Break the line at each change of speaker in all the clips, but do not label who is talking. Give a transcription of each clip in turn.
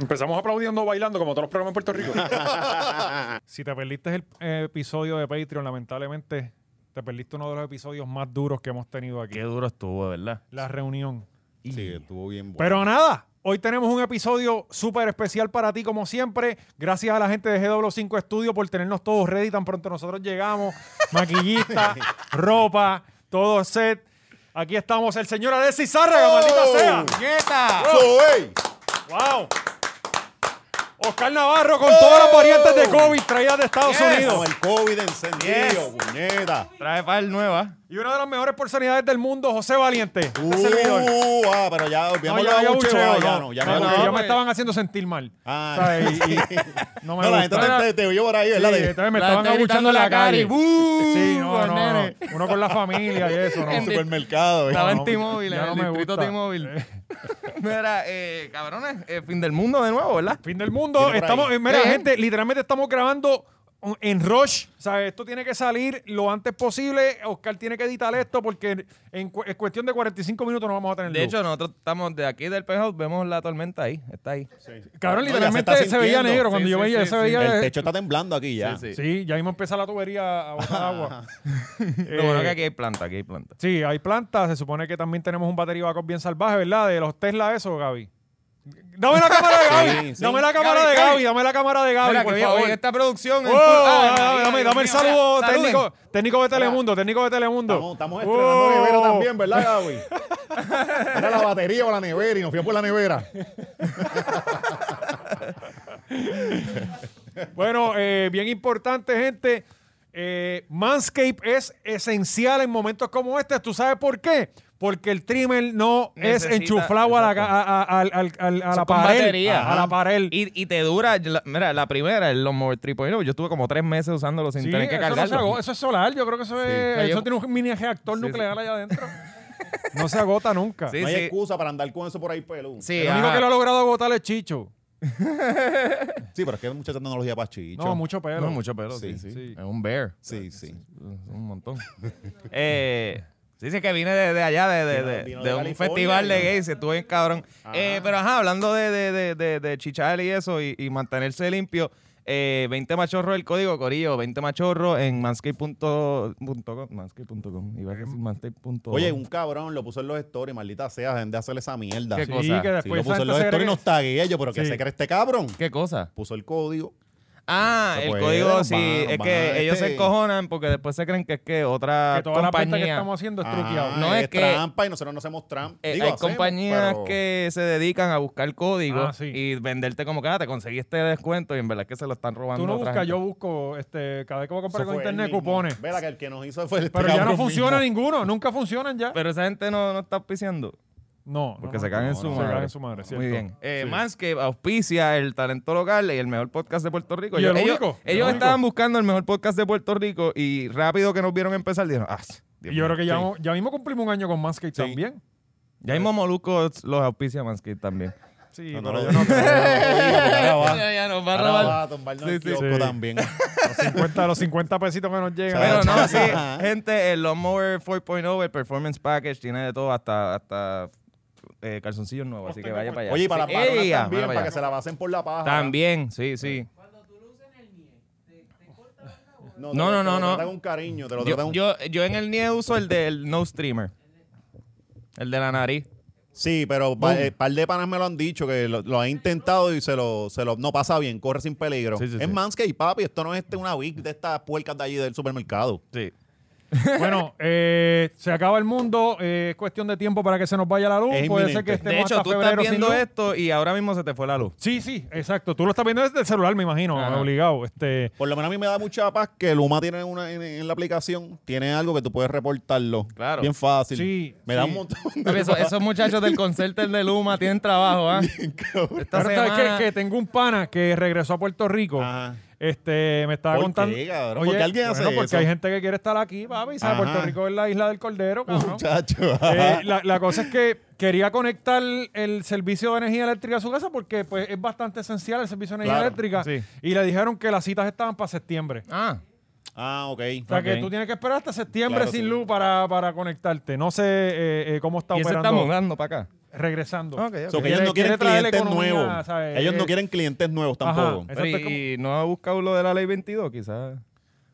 Empezamos aplaudiendo, bailando, como todos los programas en Puerto Rico.
Si te perdiste el eh, episodio de Patreon, lamentablemente te perdiste uno de los episodios más duros que hemos tenido aquí.
Qué duro estuvo, ¿verdad?
La reunión.
Sí, estuvo bien bueno.
Pero nada, hoy tenemos un episodio súper especial para ti, como siempre. Gracias a la gente de GW5 Studio por tenernos todos ready tan pronto nosotros llegamos. Maquillista, ropa, todo set. Aquí estamos, el señor Alexis Zárraga, maldita sea.
¡Nieta!
¡Oh, ey!
¡Wow! Oscar Navarro con todas las variantes de COVID traídas de Estados
Yes.
Con
Unidos.
el COVID encendido, puñeta.
Trae par nueva.
Y una de las mejores personalidades del mundo, José Valiente. Este servidor.
Uh, ah, pero ya
No,
olvidamos
ya
la
había
bucheo,
bucheo,
ah, ya
no.
no, ya
No,
no.
porque
no,
ya me
pues.
estaban haciendo sentir mal.
Ah.
¿Sabes? Y- y no me
No, la gente
gusta.
te, te, te oyó por ahí, ¿verdad?
Sí,
De-
entonces me
La
estaban
gente
abuchando
gritando
en la calle.
¡Bú!
Sí, no, no,
Con
no,
Pues, nene.
Uno con la familia y eso, ¿no?
En
Sí,
supermercado.
Estaba
no,
en
ya
T-Mobile, en
no
el
me
distrito
gusta.
T-Mobile. Mira, eh, cabrones, eh, fin del mundo de nuevo, ¿verdad?
Fin del mundo.
Viene por
Estamos,
ahí.
eh, mira,
Sí.
gente, literalmente estamos grabando uh, en rush. O sea, esto tiene que salir lo antes posible. Oscar tiene que editar esto porque en, cu- en cuestión de 45 minutos no vamos a tener
De
luz.
hecho, nosotros estamos de aquí del penthouse, vemos la tormenta ahí, está ahí.
Cabrón,
No, ya se
literalmente
está
se, veía
sintiendo.
negro. Cuando
Sí,
yo
sí,
veía,
sí,
se
sí.
veía...
El techo está temblando aquí ya.
Sí, sí.
Sí, ya mismo empieza la tubería a botar agua. Eh,
Lo bueno que aquí hay planta, aquí hay planta.
Sí, hay plantas. Se supone que también tenemos un batería backup bien salvaje, ¿verdad? De los Tesla, eso, Gaby. Dame la cámara de Gaby.
Sí, sí.
Dame la cámara
Gaby,
de Gaby.
Gaby.
Dame la cámara de Gaby,
Mira,
por
que pues, oye,
favor.
oye, esta producción.
Oh,
en full- Ah,
dame,
mira,
dame,
mira,
dame el
mira,
saludo
saluden.
técnico, técnico de Telemundo, técnico de Telemundo.
Estamos, estamos
Oh.
estrenando nevera también, ¿verdad, Gaby? Era la batería o la nevera y nos fuimos por la nevera.
Bueno, eh, bien importante, gente. Eh, Manscape es esencial en momentos como este. ¿Tú sabes por qué? Porque el trimmer no
Necesita-
es enchuflado a la,
exacto.
a- a- al- al- al- a
Eso
la
es con
pared.
batería.
A la
Ajá.
pared.
Y, y te dura, la- mira, la primera, el Lawnmower 3.0, yo estuve como tres meses usándolo sin
Sí,
tener que
eso no
cargarlo.
se agota, eso es solar, yo creo que eso, es,
Oye,
eso tiene un mini reactor
sí,
nuclear allá adentro. No se agota nunca.
Sí,
No hay
sí.
excusa para andar con eso por ahí pelú.
Sí,
Lo único
ajá.
que lo ha logrado agotar es Chicho.
Sí, pero es que hay mucha tecnología para chicho.
No, mucho pelo.
No, mucho pelo, sí, sí.
Sí,
sí.
Es un bear.
Sí, sí.
Es un montón. eh, sí, sí, que vine de, de allá, de, de-
Vino-
de-
vino
de
de
un
California,
festival de
¿no?
gays, estuve en cabrón. Eh, pero ajá, hablando de, de, de, de- de chichar y eso, y, y mantenerse limpio, eh, 20 machorro el código, Corillo, 20 machorro en manscape.com. Manscape.com, iba a decir manscape.com.
Em, Oye, un cabrón lo puso en los stories, maldita sea, dejen de hacerle esa mierda.
¿Qué
Sí,
Sí,
cosa?
que
sí, lo
después
puso
esa
en los
gente se
stories, nos
regresa.
tagué yo, pero ¿qué
Sí.
se cree este cabrón?
¿Qué cosa?
Puso el código.
Ah,
Se
el
puede,
código,
nos
sí.
van, nos
es
van
que
a-
ellos se
este-
encojonan porque después se creen que es que otra
que toda la
compañía...
pesta que estamos haciendo es truqueado.
Ah,
No, es
es
que-
trampa y nosotros no hacemos trampa.
Eh,
Digo,
hay
hacemos,
compañías
pero-
que se dedican a buscar código
Ah, sí.
y venderte como que ah, te conseguí este descuento y en verdad es que se lo están robando.
Tú no
a otra
buscas, yo
gente.
busco, este, cada vez que voy a
Eso
comprar con
fue él
internet,
mismo.
cupones.
Verá que el que nos hizo fue el
Pero ya no funciona ninguno, nunca funcionan ya.
Pero esa gente no, no está auspiciando
No, no,
porque
no,
se cagan en
no,
su
no,
madre.
Se cagan en su madre, ¿cierto?
Muy bien. Eh,
Sí.
Manscaped auspicia el talento local y el mejor podcast de Puerto Rico.
Y
Yo-
el
ellos
único, el
ellos
único.
estaban buscando el mejor podcast de Puerto Rico y rápido que nos vieron empezar dijeron, ah,
Y yo creo que ya,
ya...
ya mismo cumplimos un año con Manscape
Sí.
también.
Ya mismo Molusco los auspicia Manscaped también.
Sí,
No, no,
pero
no,
yo no
no, no, no, no, ahora va.
Ya, ya nos va a
Ahora
robar.
va a tumbarnos el
Sí, sí,
kiosco
sí.
también.
50, los 50 pesitos que nos llegan.
Pero no,
Ajá.
sí, gente, el Lawnmower 4.0, el Performance Package, tiene de todo hasta, hasta eh, calzoncillos nuevos, así que vaya para allá.
Oye, y para
Sí,
para
ella,
también,
vaya
para,
para
que
allá.
se la pasen por la paja.
También, sí, sí.
No,
No, no,
te-
no, no.
Te lo tratan con cariño, te lo tratan
Yo,
con...
yo, yo en el NIE uso el del No Streamer, el de la nariz.
Sí, pero un par de panas me lo han dicho que lo, lo ha intentado y se lo, se lo no pasa bien, corre sin peligro.
Sí, sí,
es
sí.
Manscaped, papi, esto no es este, una big de estas puercas de allí del supermercado.
Sí.
Bueno, eh, se acaba el mundo. eh, es cuestión de tiempo para que se nos vaya la luz.
Es
Puede ser
inminente.
que estemos
De hecho,
hasta
tú estás
febrero sin
viendo
luz.
esto y ahora mismo se te fue la luz.
Sí, sí, exacto. Tú lo estás viendo desde el celular, me imagino,
Ajá.
obligado. Este,
Por lo menos a mí me da mucha paz que Luma tiene una, en, en la aplicación, tiene algo que tú puedes reportarlo.
Claro.
Bien fácil.
Sí,
Me da
sí.
un montón de
Papi, eso-
paz.
esos muchachos del concierto de Luma tienen trabajo, ¿ah? Esta
ahora sabes
semana-
que, que tengo un pana que regresó a Puerto Rico.
Ajá.
Este, me estaba
¿Por
contando.
qué, cabrón? ¿Por qué alguien hace
bueno, porque
eso?
hay gente que quiere estar aquí, papi. y sabe,
Ajá.
Puerto Rico es la isla del Cordero, cabrón.
Muchacho.
Eh,
ajá.
la, la cosa es que quería conectar el servicio de energía eléctrica a su casa porque pues, es bastante esencial el servicio de energía
Claro,
eléctrica.
sí.
Y le dijeron que las citas estaban para septiembre.
Ah,
Ah, ok.
O sea que
Ok.
tú tienes que esperar hasta septiembre
Claro,
sin
sí.
luz para, para conectarte. No sé eh, eh, cómo está
y ese
operando.
está mudando para acá.
regresando.
Ok, ok.
So que ellos
Quiere- quiere
no quieren
traer
clientes
economía,
nuevos.
¿sabes?
Ellos no
Eh,
quieren clientes nuevos
ajá,
tampoco.
exacto, es
y,
como-
y no ha buscado lo de la ley 22, quizás.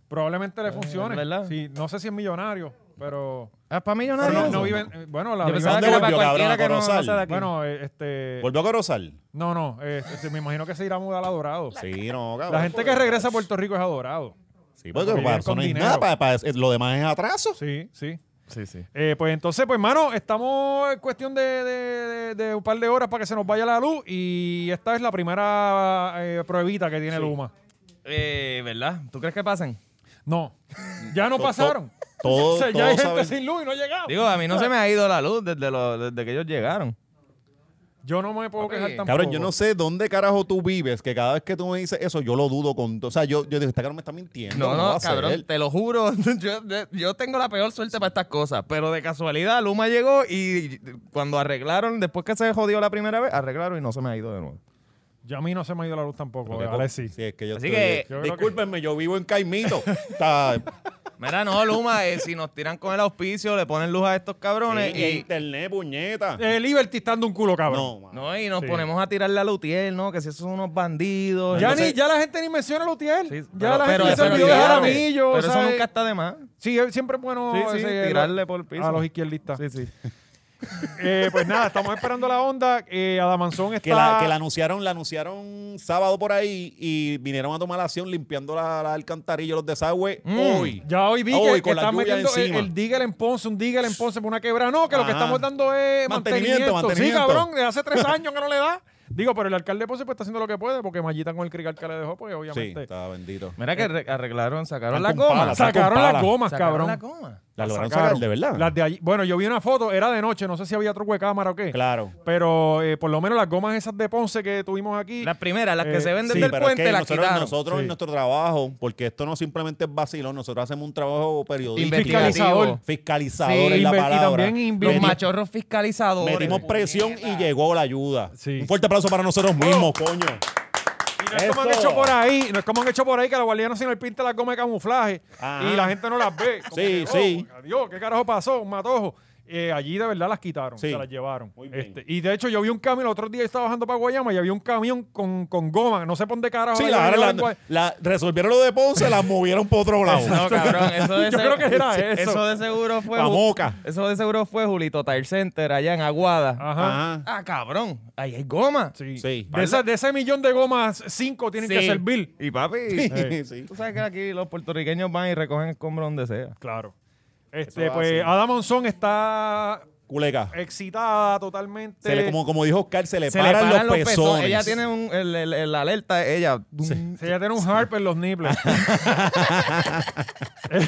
Probablemente
Eh,
le funcione.
¿verdad?
Sí, no sé si es millonario, pero.
Ah, para mí yo
pero no,
eso.
no viven. eh, Bueno, la
Yo
viven-
pensaba que
¿Dónde
era para
volvió,
cualquiera
cabrón,
que no, no
Corozal?
sea de aquí.
Bueno, eh, este.
¿Volvió a Corozal?
No, no. eh, este, me imagino que se irá a mudar a Dorado.
Sí, no, cabrón.
La gente que regresa a Puerto Rico es a Dorado.
Sí, porque
Porque
para
viven
eso no
con
es
dinero.
nada. para- para- lo demás es atraso.
Sí, sí.
sí, sí.
Eh, pues entonces, pues hermano, estamos en cuestión de, de- de- de un par de horas para que se nos vaya la luz y esta es la primera eh, pruebita que tiene Luma.
Eh, ¿Verdad? ¿Tú crees que pasen?
No, ya no
To- to-
pasaron.
todo-
O sea,
todos
ya hay gente
saben.
sin luz y no ha llegado.
Digo, a mí no se me ha ido la luz desde, lo- desde que ellos llegaron.
Yo no me puedo
Ok.
quejar tampoco.
Cabrón, yo no sé dónde carajo tú vives, que cada vez que tú me dices eso, yo lo dudo con... O sea, yo, yo digo, esta cara me está mintiendo.
No,
¿cómo va
no,
a ser?
cabrón, te lo juro. Yo, yo tengo la peor suerte para estas cosas. Pero de casualidad, Luma llegó y cuando arreglaron, después que se jodió la primera vez, arreglaron y no se me ha ido de nuevo.
Ya a mí no se me ha ido la luz tampoco.
Lo que-
Alexi.
Sí, Pues, es que yo
Así
estoy- eh,
que-
Yo creo que-
Discúlpenme, yo vivo en Caimito. Está...
Mira, no, Luma, eh, si nos tiran con el auspicio, le ponen luz a estos cabrones
en
y,
internet, puñeta.
Eh, Liberty está dando un culo, cabrón.
No, mano.
no, y nos
Sí.
ponemos a tirarle a Lutiel, ¿no? Que si esos son unos bandidos.
Ya,
entonces-
ni, ya la gente ni menciona a Lutiel.
Sí,
ya la gente se
pero
olvidó de
claro,
Jaramillo.
pero eso
¿sabes?
nunca está de más.
Sí, es siempre es bueno
Sí, sí,
ese- eh,
tirarle por el piso.
a los izquierdistas.
Sí, sí.
Eh, pues nada, estamos esperando la onda. Eh, Adamanzón está.
Que la, que la anunciaron, la anunciaron sábado por ahí y vinieron a tomar acción limpiando la, la alcantarilla, los desagües
Mm.
hoy.
Ya hoy vi
Hoy,
que, que
con la
están
lluvia
metiendo el,
encima.
el digger en Ponce, un digger en Ponce por una quebra. No, que lo que
Ajá.
estamos dando es mantenimiento.
Mantenimiento, mantenimiento.
Sí, cabrón, de hace tres años que no le da. Digo, pero el alcalde de Ponce pues, está haciendo lo que puede porque Mallita con el crical que le dejó, pues
Sí,
obviamente.
está bendito.
Mira que re- arreglaron, sacaron
Están
la
con
goma.
palas,
sacaron
Saca
las
con
gomas,
Sacaron
cabrón.
la goma.
La lograron
Sacaron.
sacar, de verdad.
Las de allí. Bueno, yo vi una foto, era de noche, no sé si había truco de cámara o qué.
Claro.
Pero eh, por lo menos las gomas esas de Ponce que tuvimos aquí.
Las primeras, las que
Eh,
se venden
Sí,
del
pero es
puente,
que
las
nosotros,
quitaron.
nosotros en nuestro trabajo, porque esto no simplemente es vacilón, nosotros hacemos un trabajo periodístico.
Investigativo.
Fiscalizador
Sí,
es la
inver- y
palabra.
también invi-
Los
Meti-
machorros fiscalizadores.
Metimos presión y llegó la ayuda.
Sí.
Un fuerte aplauso para nosotros mismos,
Oh.
coño.
Y no es como han
Eso.
hecho por ahí, no es como han hecho por ahí que la Guardia Nacional pinta las gomas de camuflaje
Ajá.
y la gente no las ve. Como
Sí,
que,
sí.
oh, Adiós, ¿qué carajo pasó? Un matojo. Eh, allí de verdad las quitaron,
Sí.
se las llevaron.
Muy bien.
Este, y de hecho yo vi un camión, el otro día estaba bajando para Guayama y había un camión con, con goma, no sé por dónde carajo.
Sí,
había
la,
venido
la-
en Guay-
la- resolvieron lo de Ponce, la movieron por otro lado.
No, cabrón, eso de
Yo
seguro-
creo que era eso.
Eso de seguro fue.
La
Ju-
moca.
Eso de seguro fue Julito Tire Center allá en Aguada. Ah,
Ajá.
Ajá.
cabrón. Ahí hay goma.
Sí.
Sí.
De, esa- de ese millón de gomas, cinco tienen que
Sí.
servir.
Y papi,
eh,
Sí.
tú sabes que aquí los puertorriqueños van y recogen escombros donde sea.
Claro.
Eso
Este,
va
pues
así.
Ada Monzón está
Culeca.
excitada totalmente.
Se le- como, como dijo Oscar, se le
Este, Se
paran,
le paran
los, pezones.
Ella tiene un, el, el- el alerta, ella.
Mm, Se ya tiene un harp en los nipples.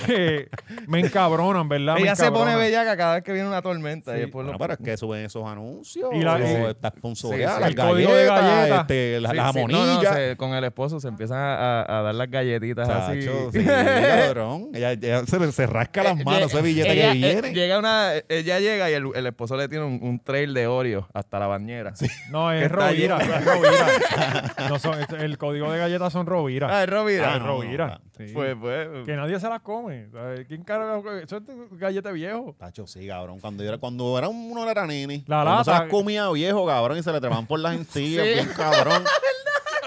Eh, me encabronan, ¿verdad? Me
Ella se
encabronan.
pone bellaca cada vez que viene una tormenta.
Sí.
Y después
Bueno,
lo-
pero es que suben esos anuncios.
Y la- eh,
los-
sí.
Estas
Sí,
sponsoriadas,
sí.
las
El código de
galletas,
galletas.
este, las,
Sí,
las
sí. No,
jamonillas.
no, se- con el esposo se empiezan a, a- a dar las galletitas
Chacho,
así.
sí, cabrón. Ella, ella se, le- se rasca las manos, ese billete
Ella-
que viene.
eh, llega una, ella llega y el, el esposo le tiene un, un trail de Oreo hasta la bañera.
No,
Que
es
está
Rovira. es Rovira. No son- es- el código de galletas son Rovira.
Ah, es Rovira.
Ah, no,
Rovira. Sí.
Pues, pues.
Que nadie se las come. ¿sabes? ¿Quién carajo? Eso es de- galleta viejo.
Tacho, sí, cabrón. Cuando yo era, cuando era un- uno era nene.
La
cuando se
lata.
las comía viejo, cabrón, y se le trepaban por las encías, bien cabrón.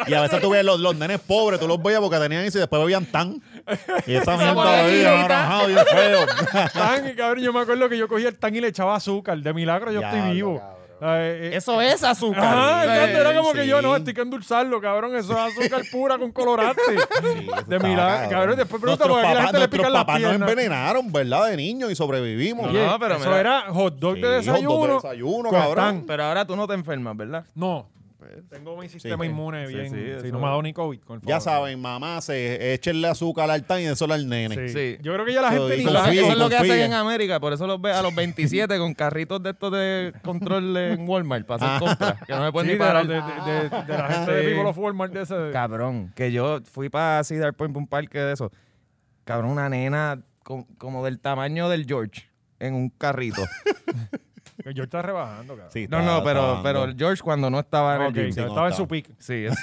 Y a veces tú ves los, los nenes pobres, tú los veías porque tenían eso y después bebían tan. Y esa mierda
ponían
de
guirita.
naranjado, bien feo.
Tan, y, cabrón, yo me acuerdo que yo cogía el tan y le echaba azúcar. De milagro yo estoy
Diablo,
vivo.
cabrón.
¿Sabes? Eh,
Eso es azúcar.
Ajá,
Eh,
exacto, era como que yo,
sí.
no, estoy que endulzarlo, cabrón. Eso es azúcar pura con colorante.
Sí, eso
de
estaba,
milagro, cabrón. Después pregunta
Nuestros
porque aquí la gente le
nuestros
pican las
papás nos
piernas.
envenenaron, ¿verdad? De niños y sobrevivimos.
No,
Oye,
no, pero
eso
mira.
era hot dog de
Sí, hot dog
desayuno.
de desayuno,
con
cabrón.
tan.
Pero pues, ahora tú no te enfermas, ¿verdad?
No, tengo mi sistema
sí.
inmune
Sí,
bien.
sí,
Sí,
eso-
no me ha dado ni COVID. Con el
Ya
favor.
saben, mamá, se echenle azúcar al tan y eso al nene.
Sí.
Sí.
Yo creo que ya la
Eso
gente ni
dijo
sabe.
Confíen,
eso es lo que hacen
confíen.
en América, por eso los ves a los 27 con carritos de estos de control en Walmart para
Ah.
hacer compras, que no me
Sí,
pueden
de,
ni parar.
de- de- de- de la gente de
Sí.
Piccolo Formal de ese.
Cabrón, que yo fui para Cedar Point, pa' un parque de eso. Cabrón, una nena co- como del tamaño del George en un carrito.
que Yo estaba rebajando, cabrón.
Sí,
No,
está-
no, pero,
está
pero
dando.
el George cuando no estaba en
Ok,
el gym.
yo
no
estaba en
estaba.
su pick.
Sí, es...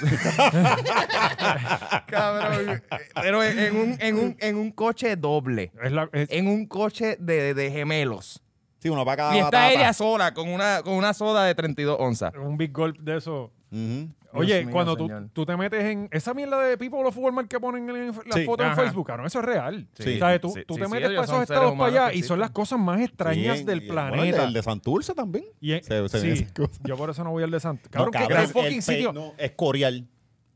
Cabrón, pero en en un, en, un, en un coche doble.
Es la, es-
En un coche de, de gemelos.
Sí, uno para cada
Y está
Ah, batata.
ella sola con una, con una soda de 32 onzas.
Un big gulp de eso.
Ujú.
Oye,
mío,
cuando tú,
señor.
tú te metes en esa mierda de People of Walmart que ponen en las
Sí,
fotos
ajá.
en Facebook, cabrón, eso es real.
Sí,
¿Sabes? Tú,
sí,
tú
sí,
te
sí,
metes
ellos
para esos
son seres
estados para
humanos
allá
que
y son
existen.
las cosas más extrañas
Sí,
del
y, bueno,
planeta.
el, el de Santurce también.
Y en-
Se- se ven
sí,
esas cosas.
yo por eso no voy al de Santa. Cabrón, que
No, cabrón,
el fucking
el pe-
sitio.
no, escorial.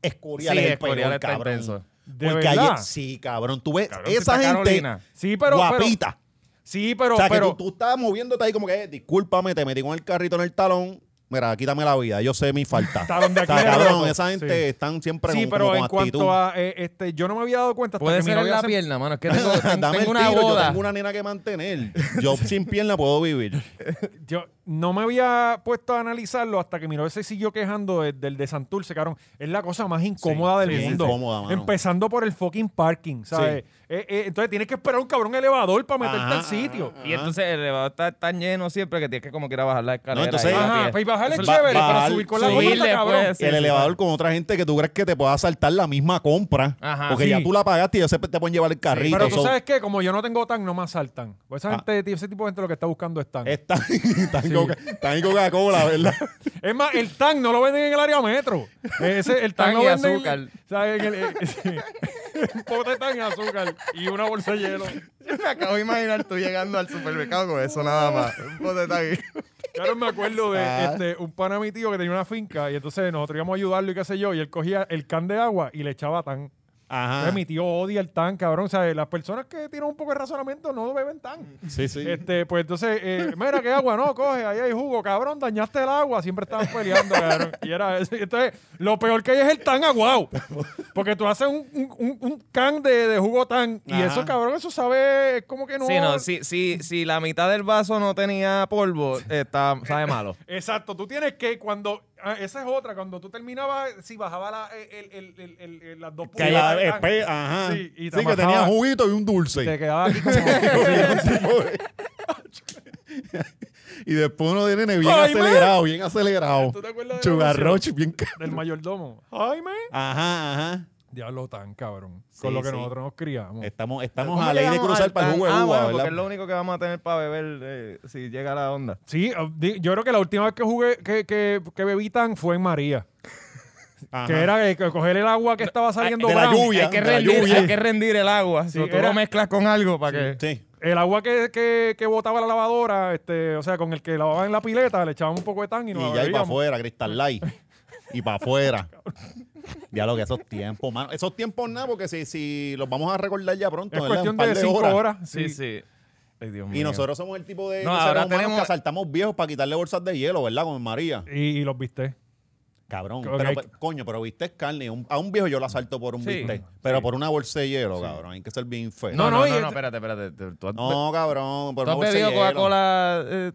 Escorial
Sí,
es el
Escorial
peor,
está
cabrón.
intenso.
¿De
Porque
verdad?
ayer- sí, cabrón, tú ves
Cabrón, si
esa
está
gente
Carolina.
Sí, pero- pero-
guapita.
Sí, pero,
o sea,
pero
que tú, tú estás moviéndote ahí como que, eh, discúlpame, te metí con el carrito en el talón. Mira, quítame la vida, yo sé mi falta.
Talón de
O sea,
Aquiles
cabrón,
roto.
esa gente
Sí.
están siempre
sí,
con,
pero
como
en
con actitud.
cuanto a eh, este, yo no me había dado cuenta hasta
Puede
que mi
ser en
novia
la
se-
pierna, mano. Es que tengo, tengo-
Dame el
tengo una
tiro, yo
boda.
tengo una nena que mantener. Yo sin pierna puedo vivir.
Yo no me había puesto a analizarlo hasta que mi novia se siguió quejando de- del de Santurce, cabrón. Es la cosa más incómoda del
sí,
mundo.
incómoda, mano.
Empezando por el fucking parking, ¿sabes? Eh, eh, entonces tienes que esperar un cabrón elevador para meterte
Ajá,
al sitio.
Y entonces el elevador está tan lleno siempre que tienes que como quiera bajar la escalera.
No, entonces- pues,
ahí a
Ajá,
pie.
para pues, bajar es
Eso-
chévere,
ba-
para
bajar,
subir con la
subirle,
gota, cabrón.
pues. Sí,
el
sí,
elevador
claro.
con otra gente que tú crees que te pueda saltar la misma compra.
Ajá,
porque
sí.
ya tú la pagaste y ellos siempre te pueden llevar el carrito.
Pero tú
so-
sabes que como yo no tengo tan, no me asaltan. Pues esa
Ah.
gente, ese tipo de gente lo que está buscando es tan. Es,
Están están en Coca- están en Coca-Cola, ¿verdad?
más, el tan no lo venden en el área metro. Ese, el tan
Tan
lo
y
venden.
azúcar.
o sea, en el- eh, sí. un pote de tan y azúcar y una bolsa de hielo.
Yo me acabo de imaginar tú llegando al supermercado con eso nada más. Un pote de tag-
Claro, me acuerdo de
Ah.
este, un pana mi tío que tenía una finca y entonces nosotros íbamos a ayudarlo y qué sé yo. Y él cogía el can de agua y le echaba tan.
Ajá.
Ah.
Entonces, mi tío odia el tan, cabrón. O sea, las personas que tienen un poco de razonamiento no beben tan.
Sí, sí.
Este, pues entonces, eh, mira, qué agua, no, coge, ahí hay jugo, cabrón, dañaste el agua, siempre estaban peleando, cabrón. Y era eso. Y Entonces, lo peor que hay es el tan aguado. Porque tú haces un, un- un- un can de, de jugo tan y
Ajá.
eso, cabrón, eso sabe, es como que no.
Sí, no, si, si, si la mitad del vaso no tenía polvo, está, sabe malo.
Exacto, tú tienes que cuando. ah, esa es otra, cuando tú terminabas, si bajaba la, el, el- el- el- el- las dos
Que la-
del tanque,
espe- Ajá.
ah, Sí,
Sí,
y te
que
amajaba.
tenía juguito y un
ah, te
dulce.
quedaba aquí como. Sí.
y después uno de nene bien
Ay,
acelerado, bien acelerado.
¿Tú te acuerdas de la
Chugarroche, bien ca-
del mayordomo. Jaime.
Ajá, ajá.
Diablo tan, cabrón.
Sí,
Con lo que
sí.
nosotros nos criamos.
Estamos,
¿Cómo
estamos a ley de
llegamos
cruzar
al
para el
tan?
jugo de
Ah,
uva,
bueno, porque
¿verdad?
es lo único que vamos a tener para beber eh, si llega la onda.
Sí, ah, di- yo creo que la última vez que jugué, que, que, que bebí tan fue en María.
Ajá.
Que era eh, que coger el agua que estaba saliendo
de la
brown.
lluvia.
hay, que
de la
rendir,
lluvia.
hay que rendir el agua.
Sí,
Si tú
era-
lo mezclas con algo para que.
Sí.
El agua que, que, que botaba la lavadora, este, o sea, con el que lavaba en la pileta, le echaban un poco de tan y
Y
nos la
ya y para
bebíamos.
afuera, Crystal Light. Y para afuera. ya lo que esos tiempos, mano. Esos tiempos nada, porque si, si los vamos a recordar ya pronto,
Es
¿verdad?
cuestión
Un par
de cinco horas.
Sí, sí. Ay, Dios
Y
mío.
nosotros somos el tipo de
No,
seres
ahora
humanos
tenemos-
que asaltamos viejos para quitarle bolsas de hielo, ¿verdad? Con María.
Y, y los viste.
Cabrón.
Ok.
Pero, pe- coño, pero viste carne. Un- a un viejo yo lo asalto por un
Sí.
bistec. Pero por una bolsa de hielo, cabrón. Hay que ser bien feo.
No,
No,
no,
no,
no,
y
no,
es-
espérate, espérate. Tú- Tú has,
No, cabrón. Por
tú
una
has
bolsa de
bebido
hielo.
Coca-Cola eh,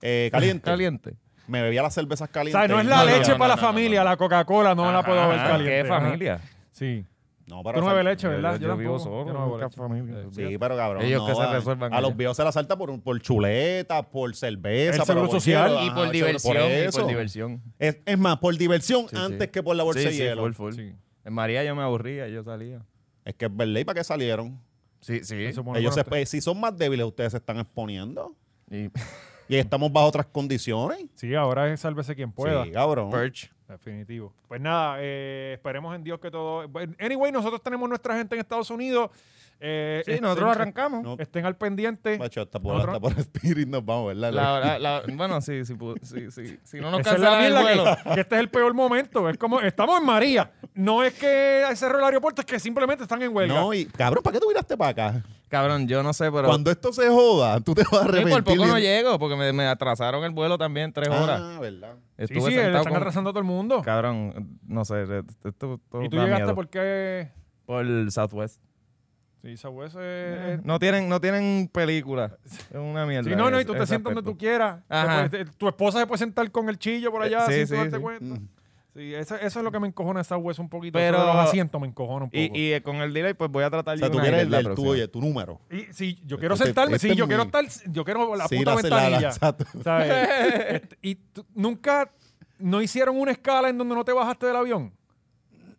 Eh, caliente.
caliente. caliente.
Me bebía las cervezas
O
calientes.
sea, no es la
No, no,
leche
no,
para
no,
la
no,
familia,
no.
la Coca-Cola no la puedo ver
Ajá,
caliente.
Ah, ¿Qué
ajá.
familia?
Sí.
No, pero
Tú no
sal-
bebes leche, ¿verdad?
Yo, yo vivo
tampoco.
solo,
Yo no bebo
nunca
leche.
familia.
Sí, pero cabrón.
Ellos
no,
que se
a-
resuelvan con
A, los
ellos.
viejos se la salta por, por chuleta, por cerveza,
El
pero
seguro
por
social.
hielo.
Y
Ajá,
por
el
diversión,
seguro- por
y
eso.
por diversión.
Es, es más, por diversión
Sí, sí.
antes que por la bolsa
Sí,
de
sí,
hielo.
full, full. En María yo me aburría, yo salía.
Es que es verdad. ¿Y para qué salieron?
Sí, sí.
Se supone
Ellos se-
pronto.
pues, si son más débiles, ustedes se están exponiendo.
Y
Y estamos bajo otras condiciones.
Sí, ahora es sálvese quien pueda.
Sí, cabrón.
Perch.
Definitivo. Pues nada, eh, esperemos en Dios que todo. bueno, Anyway, nosotros tenemos nuestra gente en Estados Unidos. Eh,
Sí,
estén-
nosotros arrancamos.
No.
Estén al pendiente.
Macho, hasta por,
Nosotros-
hasta por Spirit nos vamos, ¿verdad?
La, la, la- bueno, sí, sí, pu- sí, sí. Si no nos
Esa es la
cancelan el vuelo.
mierda que, que este es el peor momento. Es como, estamos en María. No es que cerró el aeropuerto, es que simplemente están en huelga.
No, y cabrón, ¿para qué tú viraste para acá?
Cabrón, yo no sé, pero...
Cuando esto se joda, tú te vas a
Sí,
arrepentir.
por poco no
bien-
llego, porque me, me atrasaron el vuelo también tres horas.
Ah, verdad.
sí,
Estuve
sí, le
sentado
están
con-
atrasando a todo el mundo.
Cabrón, no sé, re- esto, esto
y tú
da
llegaste
miedo.
porque.
Por el Southwest. Eh,
Sí, esa hueá es-
No tienen, no tienen película. Es una mierda.
Eh, Sí, no, no, y
es-
tú te
ese
sientas donde
aspecto.
tú quieras. Te
Ajá.
puedes- te- tu esposa se puede sentar con el chillo por allá
Eh, sí,
sin tú
sí,
darte
sí.
cuenta. Sí, eso, eso es lo que me encojona esa hueso un poquito.
Pero-
Eso de los asientos me encojona un poco.
Y, y eh, con el delay, pues voy a tratar
O
de
sea, tú quieres el del tu, oye, tu número.
Y si yo quiero
Este-
sentarme,
este
si
es
yo
mi-
quiero estar, yo quiero la
Sí,
puta
la- la- la-
ventanilla.
exacto.
¿sabes? Este, y tú- nunca no hicieron una escala en donde no te bajaste del avión.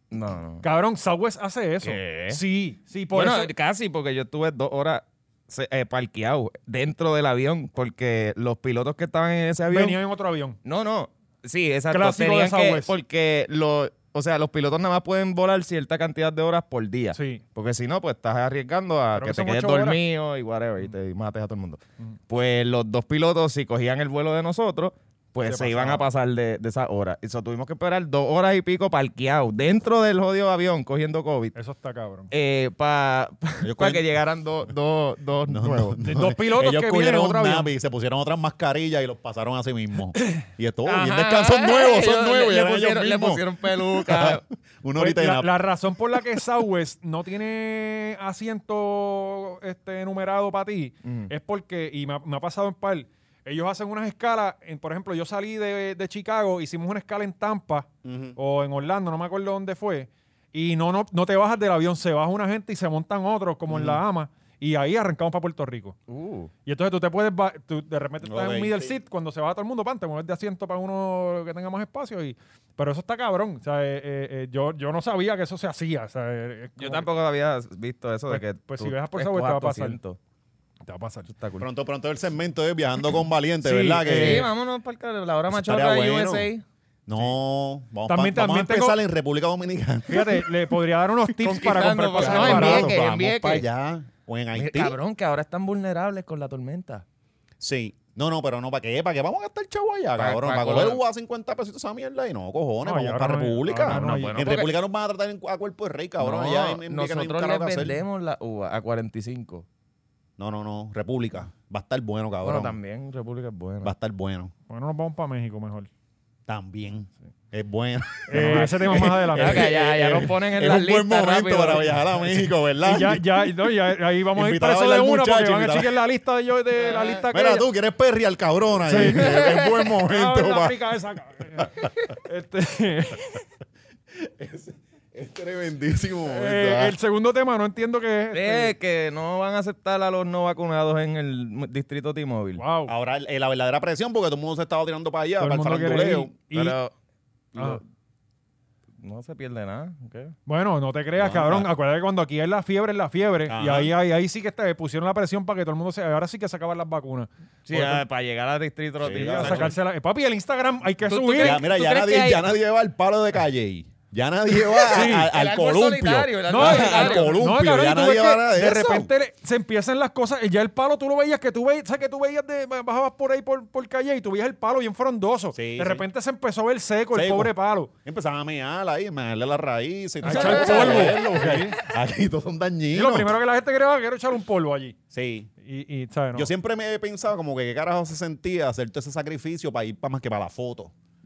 No, no.
Cabrón, Southwest hace eso.
¿Qué?
Sí, sí, por
Bueno,
eso.
casi, porque yo estuve dos horas se- eh, parqueados dentro del avión porque los pilotos que estaban en ese avión...
Venían en otro avión.
No, no. Sí, exacto.
Clásico
Tenían
de
que-
Southwest.
porque lo, o sea, los pilotos nada más pueden volar cierta cantidad de horas por día.
Sí.
Porque si no, pues estás arriesgando a
Creo que
que te
son
quedes
ocho horas.
dormido y whatever y te mates a todo el mundo.
Mm.
Pues los dos pilotos, si cogían el vuelo de nosotros, pues
Se
se, iban a pasar de, de esa hora. Y eso tuvimos que esperar dos horas y pico parqueados dentro del jodido avión cogiendo COVID
Eso está cabrón.
para
Ellos
eh, que
cogen-
llegaran dos dos dos
No,
nuevos.
no,
De
no.
dos pilotos
Ellos
que vienen en
cogieron
otro
un
avión.
Navi y se pusieron otras mascarillas y los pasaron a sí mismos. Y esto,
Ajá.
bien descansos nuevos,
Ellos-
son nuevos.
Le,
y
le
eran ellos
pusieron, le
mismos.
pusieron peluca.
Una
Pues,
horita de
la,
nap.
la razón por la que Southwest no tiene asiento este, enumerado para ti
Mm.
es porque, y me ha, me ha pasado en par, ellos hacen unas escalas. en- por ejemplo, yo salí de, de Chicago, hicimos una escala en Tampa o en Orlando, no me acuerdo dónde fue. Y no, no, no te bajas del avión, se baja una gente y se montan otros, como en La Ama. Y ahí arrancamos para Puerto Rico.
Uh.
Y entonces tú te puedes, ba- tú de repente estás en
Ok,
un middle
sí.
seat, cuando se va todo el mundo, pan, te mueves de asiento para uno que tenga más espacio. Y, pero eso está cabrón. O sea, eh, eh, eh, yo, yo no sabía que eso se hacía. O sea, eh, es
Yo
como
tampoco había visto eso de
Pues-
que.
pues
tú
si viajas por Subway te
escojas
va a
tu
pasar.
asiento.
que te va a pasar.
Eso está cool.
Pronto, pronto el segmento es Viajando con Valiente,
Sí, eh,
¿verdad? Que,
Sí, vámonos para la hora
Eh, Eso
machorra
estaría bueno.
USA.
No,
También-
vamos, pa- vamos
también
a empezar
tengo-
en República Dominicana.
Fíjate, le podría dar unos tips para comprar
Conquistando,
pasajes
no, en
baratos.
Vieques, en
vamos
Vieques.
para allá. O en Haití.
Eh, Cabrón, que ahora están vulnerables con la tormenta.
Sí. No, no, pero no, ¿para qué? ¿Para qué vamos a gastar chavo allá,
Pa-
cabrón?
pa'
¿Para coger
coger-
UA 50 pesitos esa mierda? Y no, cojones,
No, y
vamos
ahora
para
no hay-
República.
ahora no hay-
en
porque-
República nos van a tratar en- a cuerpo de rey, cabrón.
No,
allá en- en Vieques no hay un
nosotros
carajo que
les
hacer.
vendemos la uva a 45.
No, no, no. República. Va a estar bueno, cabrón.
Bueno, también República es
Va a
buena.
estar bueno.
Bueno, nos vamos para México mejor.
También. Es bueno.
Eh, ese tema más
Creo que
adelante.
allá, allá nos ponen en
es
las
un buen
listas
momento
rápido,
para
así.
viajar a México, ¿verdad?
Y ya, ya, no, y ahí- ahí vamos a ir
Invitaba a
preso de
bailar
uno porque
muchacho,
van a
invitaba-
chequear la lista de yo de la lista que
Mira, tú quieres perrear al cabrón ahí. Es buen
Ah,
momento
ver la
para...
pica esa, cabrón. Este,
Es tremendísimo momento.
eh,
ah.
el segundo tema no entiendo qué es. este.
Eh, que no van a aceptar a los no vacunados en el distrito T-Mobile.
Wow.
Ahora eh, la verdadera presión, porque todo el mundo se estaba tirando para allá,
Oh. Todo el
para el
mundo quiere
faranduleo.
ir. Y-
Pero
Ajá.
lo- no se pierde nada. ¿ok?
Bueno, no te creas,
No,
cabrón.
no.
Acuérdate que cuando aquí es la fiebre, es la fiebre. Y
Ajá.
ahí, ahí, ahí sí que te pusieron la presión para que todo el mundo se. Ahora sí que se acaban las vacunas.
Sí,
Por-
ah, para llegar al distrito
Sí,
T-Mobile.
ya,
para
exacto.
sacarse la- eh, papi, el Instagram hay que
¿Tú- tú
subir.
crees
Ya, mira,
¿Tú
ya
crees que
nadie,
hay-
ya nadie va al palo de calle. Ya nadie va a- a-
El
al
árbol
columpio.
solitario, el árbol
No,
al
solitario.
columpio.
no, cabrón, y
ya
tú ves
nadie va a nada
que
de,
de
eso.
repente le- se empiezan las cosas. y Ya el palo, tú lo veías que tú veías, o sea, que tú veías de, bajabas por ahí por, por calle y tú veías el palo bien frondoso.
Sí,
de
sí.
repente se empezó a ver seco, el
Seco.
pobre palo.
Empezaban a mear ahí, a mearle las raíces.
A
tú
echar
sabes,
polvo.
joderlo, porque ahí- Aquí todos son
Y
dañinos.
lo primero que la gente creaba que era echar un polvo allí.
Sí.
Y, y ¿sabes? No.
Yo siempre me he pensado como que qué carajo se sentía hacer todo ese sacrificio para ir para más que para la foto.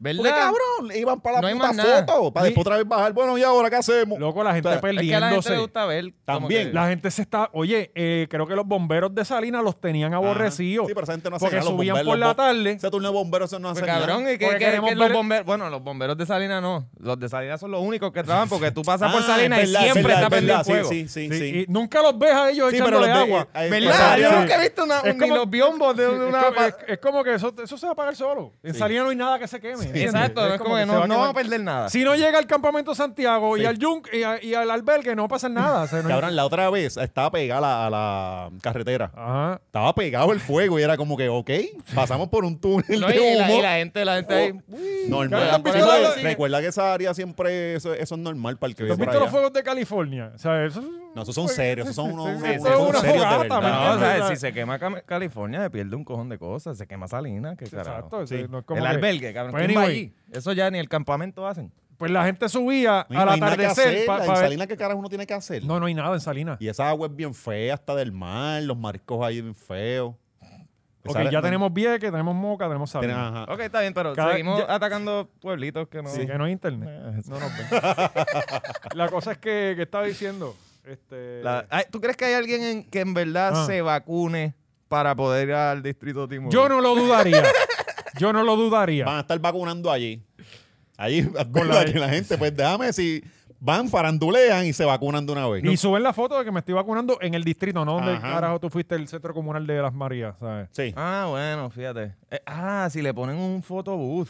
¿Verdad?
Porque cabrón, iban para
No
la
hay
puta
más nada.
foto, para
Sí.
después otra vez bajar. Bueno, ¿y ahora qué hacemos?
Loco, la gente
O sea,
Es que a la gente
perdiéndose.
le gusta ver. como
También.
que-
La gente se está. Oye, eh, creo que los bomberos de Salinas los tenían aborrecidos.
Ajá. Sí, pero esa gente no hace
Porque
nada, los
subían
bomberos,
por la
los bom-
tarde.
Ese turno de bomberos eso no hace
Pues, cabrón,
nada.
es que,
Porque
que-
queremos
que los
ver-
bomberos. Bueno, los bomberos de Salinas no. Los de Salinas son los únicos que trabajan porque tú pasas por
Ah,
Salinas
es verdad,
y
es
siempre
verdad,
está
es
prendido
verdad, sí,
fuego.
sí, sí,
Sí,
sí.
Y nunca los ves a ellos
Sí, pero
echándole
los de-
agua.
eh, eh,
¿Verdad?
Sí.
Yo nunca he visto una-
Es
ni
como-
los biombos de de
es,
una.
como, es- es como que eso, eso se va a apagar solo. En Salinas no hay nada que se queme. ¿entiendes?
Exacto, es como que
se va
no pues, ah.
a
no vamos a
quemar.
perder nada.
Si no llega al campamento Santiago y al Yunk y, a- y al albergue, no va a pasar nada. o sea, no hay-
Cabrón, la otra vez estaba pegada a la, a la carretera.
Ajá.
Estaba pegado el fuego y era como que, ok, pasamos por un túnel
No, y,
de humo.
la, y la gente, la gente ahí.
Normal.
Claro,
Sí,
pero-
porque
sí.
recuerda que esa área siempre, eso, eso es normal para el
¿Tú
que vive
has
por
visto los
allá.
fuegos de California? O sea, eso es-
No, esos son serios, esos son unos,
Sí,
unos-
eso es
unos
una
serios de
fogata,
verdad.
¿me
No, o
entiendes?
sea, si se quema Cam- California, se pierde un cojón de cosas. Se quema Salinas, qué carajo.
Exacto.
Sí.
o sea, no es como
el
que-
albergue, cabrón.
Pues
¿Quién va
anyway,
allí? Eso ya ni el campamento hacen.
Pues la gente subía
No hay-
al
no hay nada que
atardecer.
hacer,
pa-
en
pa ver-
Salinas, ¿qué carajo uno tiene que hacer?
No, no hay nada en Salinas.
Y esa agua es bien fea, hasta del mar, los mariscos ahí bien feos.
Ok,
Sale-
ya tenemos Vieques, tenemos Moca, tenemos
tienen-
Salinas.
ajá.
Ok, está bien, pero
Cada-
seguimos
ya-
atacando pueblitos que no.
Sí, que no hay internet.
Eh,
No nos ven. La cosa es que, que estaba diciendo. Este,
la- ay, ¿Tú crees que hay alguien en- que en verdad
Ah.
se vacune para poder ir al distrito Timor?
Yo no lo dudaría. Yo no lo dudaría.
Van a estar vacunando allí. Allí,
Con
con
la-
la, que la gente, pues déjame si van, farandulean y se vacunan de una vez.
Y suben la foto de que me estoy vacunando en el distrito, ¿no? Donde
Ajá.
carajo tú fuiste el centro comunal de Las Marías, ¿sabes?
Sí.
Ah, bueno, fíjate. Eh, ah, si le ponen un fotobús.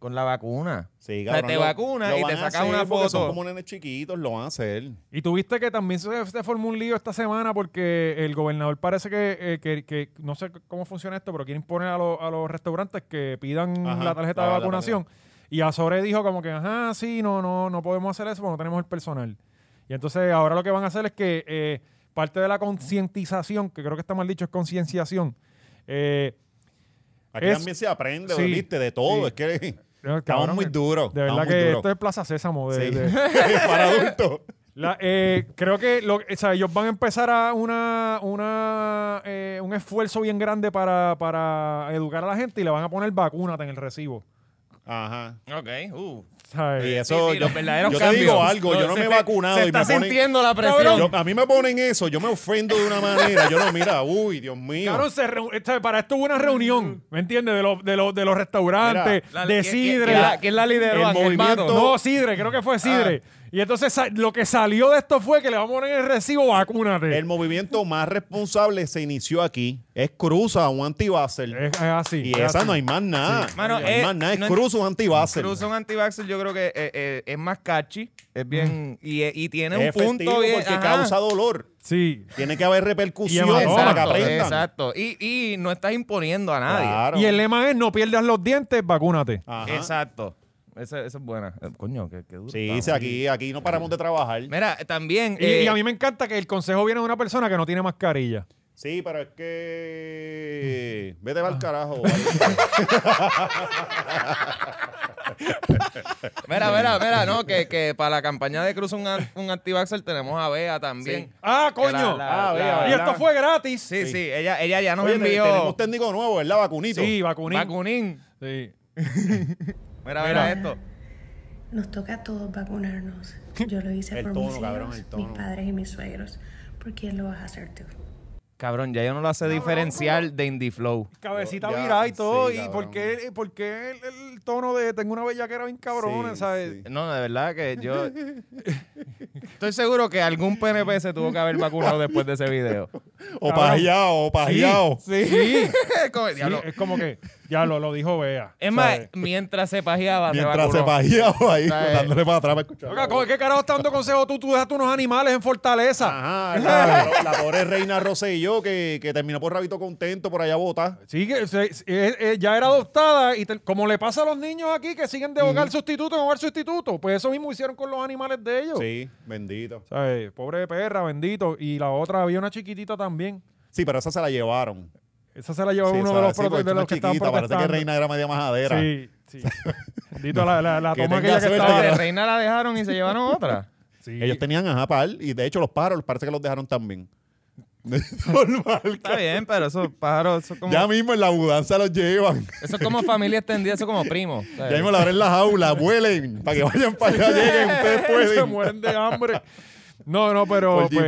con la vacuna.
Sí,
O sea,
cabrón.
te
lo-
vacunas
lo
y
van
te
a
sacas
hacer
una
porque Son
foto.
como nenes chiquitos, lo van a hacer.
Y tuviste que también se, se formó un lío esta semana porque el gobernador parece que, eh, que- que- no sé cómo funciona esto, pero quiere imponer a, los- a los restaurantes que pidan
Ajá,
la tarjeta
la-
de
la
vacunación. Y Azore dijo como que, ajá, sí, no, no, no podemos hacer eso porque no tenemos el personal. Y entonces ahora lo que van a hacer es que eh, parte de la concientización, que creo que está mal dicho, es concienciación. Eh,
Aquí
Es-
también se aprende,
sí,
¿viste? De todo.
sí.
Es que
cabrón,
estamos muy duros.
De verdad
estamos muy
que
duros.
esto es Plaza Sésamo. de-
Sí.
de,
Para adultos.
La- eh, creo que lo- o sea, ellos van a empezar a una, una, eh, un esfuerzo bien grande para, para educar a la gente y le van a poner vacunas en el recibo. eh,
Ajá.
Ok, uh.
¿sabes?
Y
Sí,
eso,
sí,
yo,
los verdaderos
yo te
cambios.
digo algo, yo
Los-
no
se
me he
fe-
vacunado
Se
y me
está
ponen-
sintiendo la presión.
Yo- a mí me ponen eso, yo me ofendo de una manera. Yo no, mira, uy, Dios mío.
Cabrón, se reu- o sea, para esto hubo una reunión, ¿me entiendes? De, los de, los de los restaurantes,
La-
de
¿quién- quién-
Sidre.
quién la- quién la lideró?
el
Ángel Mato?
movimiento- Ah.
No, Sidre, creo que fue Sidre. Y entonces sa- lo que salió de esto fue que le vamos a poner en el recibo vacúnate.
El movimiento más responsable se inició aquí. Es cruza un antibáser.
es, es así.
y
es
esa
así.
no hay más nada.
Eh, Mano,
no hay
eh,
más nada. Es
no-
cruza un antibáser.
Cruz un antivaxxer, yo creo que eh, eh, es más catchy, es bien y, eh, y tiene un
Mm. Es efectivo
punto bien
porque
ajá.
causa dolor.
Sí.
Tiene que haber repercusión
Y
para que
Exacto,
aprendan.
exacto. Y, y no estás imponiendo a nadie.
Claro.
Y el lema es no pierdas los dientes, vacúnate.
Ajá.
Exacto. Esa, esa es buena. Eh, Coño, qué, qué duro.
Sí,
estamos.
sí, aquí, aquí no paramos de trabajar.
Mira, también.
Y,
eh,
y a mí me encanta que el consejo viene de una persona que no tiene mascarilla.
Sí, pero es que. Vete
Ah.
al carajo.
Mira, mira, mira, no, que, que para la campaña de Cruz un, an- un antivaxxer tenemos a Bea también.
Sí.
¡Ah,
Que la-
coño!
la- la-
Ah, vea,
y
¿verdad?
esto fue gratis.
Sí, sí, ella, ella ya nos
Oye, te-
envió
tenemos técnico nuevo, ¿verdad? Vacunito.
Sí, vacunín.
vacunín.
Sí.
Mira,
Mira.
mira esto.
Nos toca a todos vacunarnos. Yo lo hice
El
por
tono,
mis
cabrón,
hijos,
el tono.
mis padres y mis suegros. ¿Por qué lo vas a hacer tú?
Cabrón, ya yo no lo hace diferencial de Indie Flow.
Cabecita
Ya,
virada y
sí,
todo. ¿Y
cabrón.
por qué, por qué el, el tono de tengo una bellaquera bien cabrona,
Sí,
sabes?
sí.
No, de verdad que yo. Estoy seguro que algún PNP se tuvo que haber vacunado después de ese video.
O pajeado, o pajeado.
Sí, sí.
Como el
Sí,
diablo.
es como que ya lo, lo dijo Bea.
Es más,
¿sabes?
mientras se
Ah,
pajeaba,
Mientras
se
se
vacunó.
pajeaba ahí,
¿Sabes?
dándole para atrás para escuchar.
Oiga, ¿con ¿qué carajo estás dando consejo tú? Tú dejaste unos animales en Fortaleza.
Ajá, la, la pobre reina Rosselló que, que terminó por rabito contento por allá bota.
Sí, que se- se- eh, eh, ya era adoptada y te- como le pasa a los niños aquí que siguen de hogar sustituto en hogar sustituto, pues eso mismo hicieron con los animales de ellos.
Sí, bendito.
¿Sabes? Pobre perra, bendito. Y la otra, había una chiquitita también.
Sí, pero esa se la llevaron.
Esa se la llevó
Sí,
uno
esa-
de los,
sí,
prote-
porque
de los
es más
que estaban
chiquita, Parece que
protestando.
reina era media majadera.
Sí, sí. Bendito la, la, la
Que
toma
tenga
aquella que
suerte,
estaba...
que
De
no-
reina la dejaron y se llevaron otra.
Sí.
Ellos tenían ajá par y de hecho los pájaros parece que los dejaron también. Normal.
Está bien, pero esos pájaros, eso es como,
Ya mismo en la mudanza los llevan.
eso es como familia extendida, eso es como primo. ¿sabes?
Ya mismo la abren la jaula, vuelen, para que vayan para allá, lleguen, ustedes
Se
pueden.
mueren de hambre. No, no, pero
Por
pues,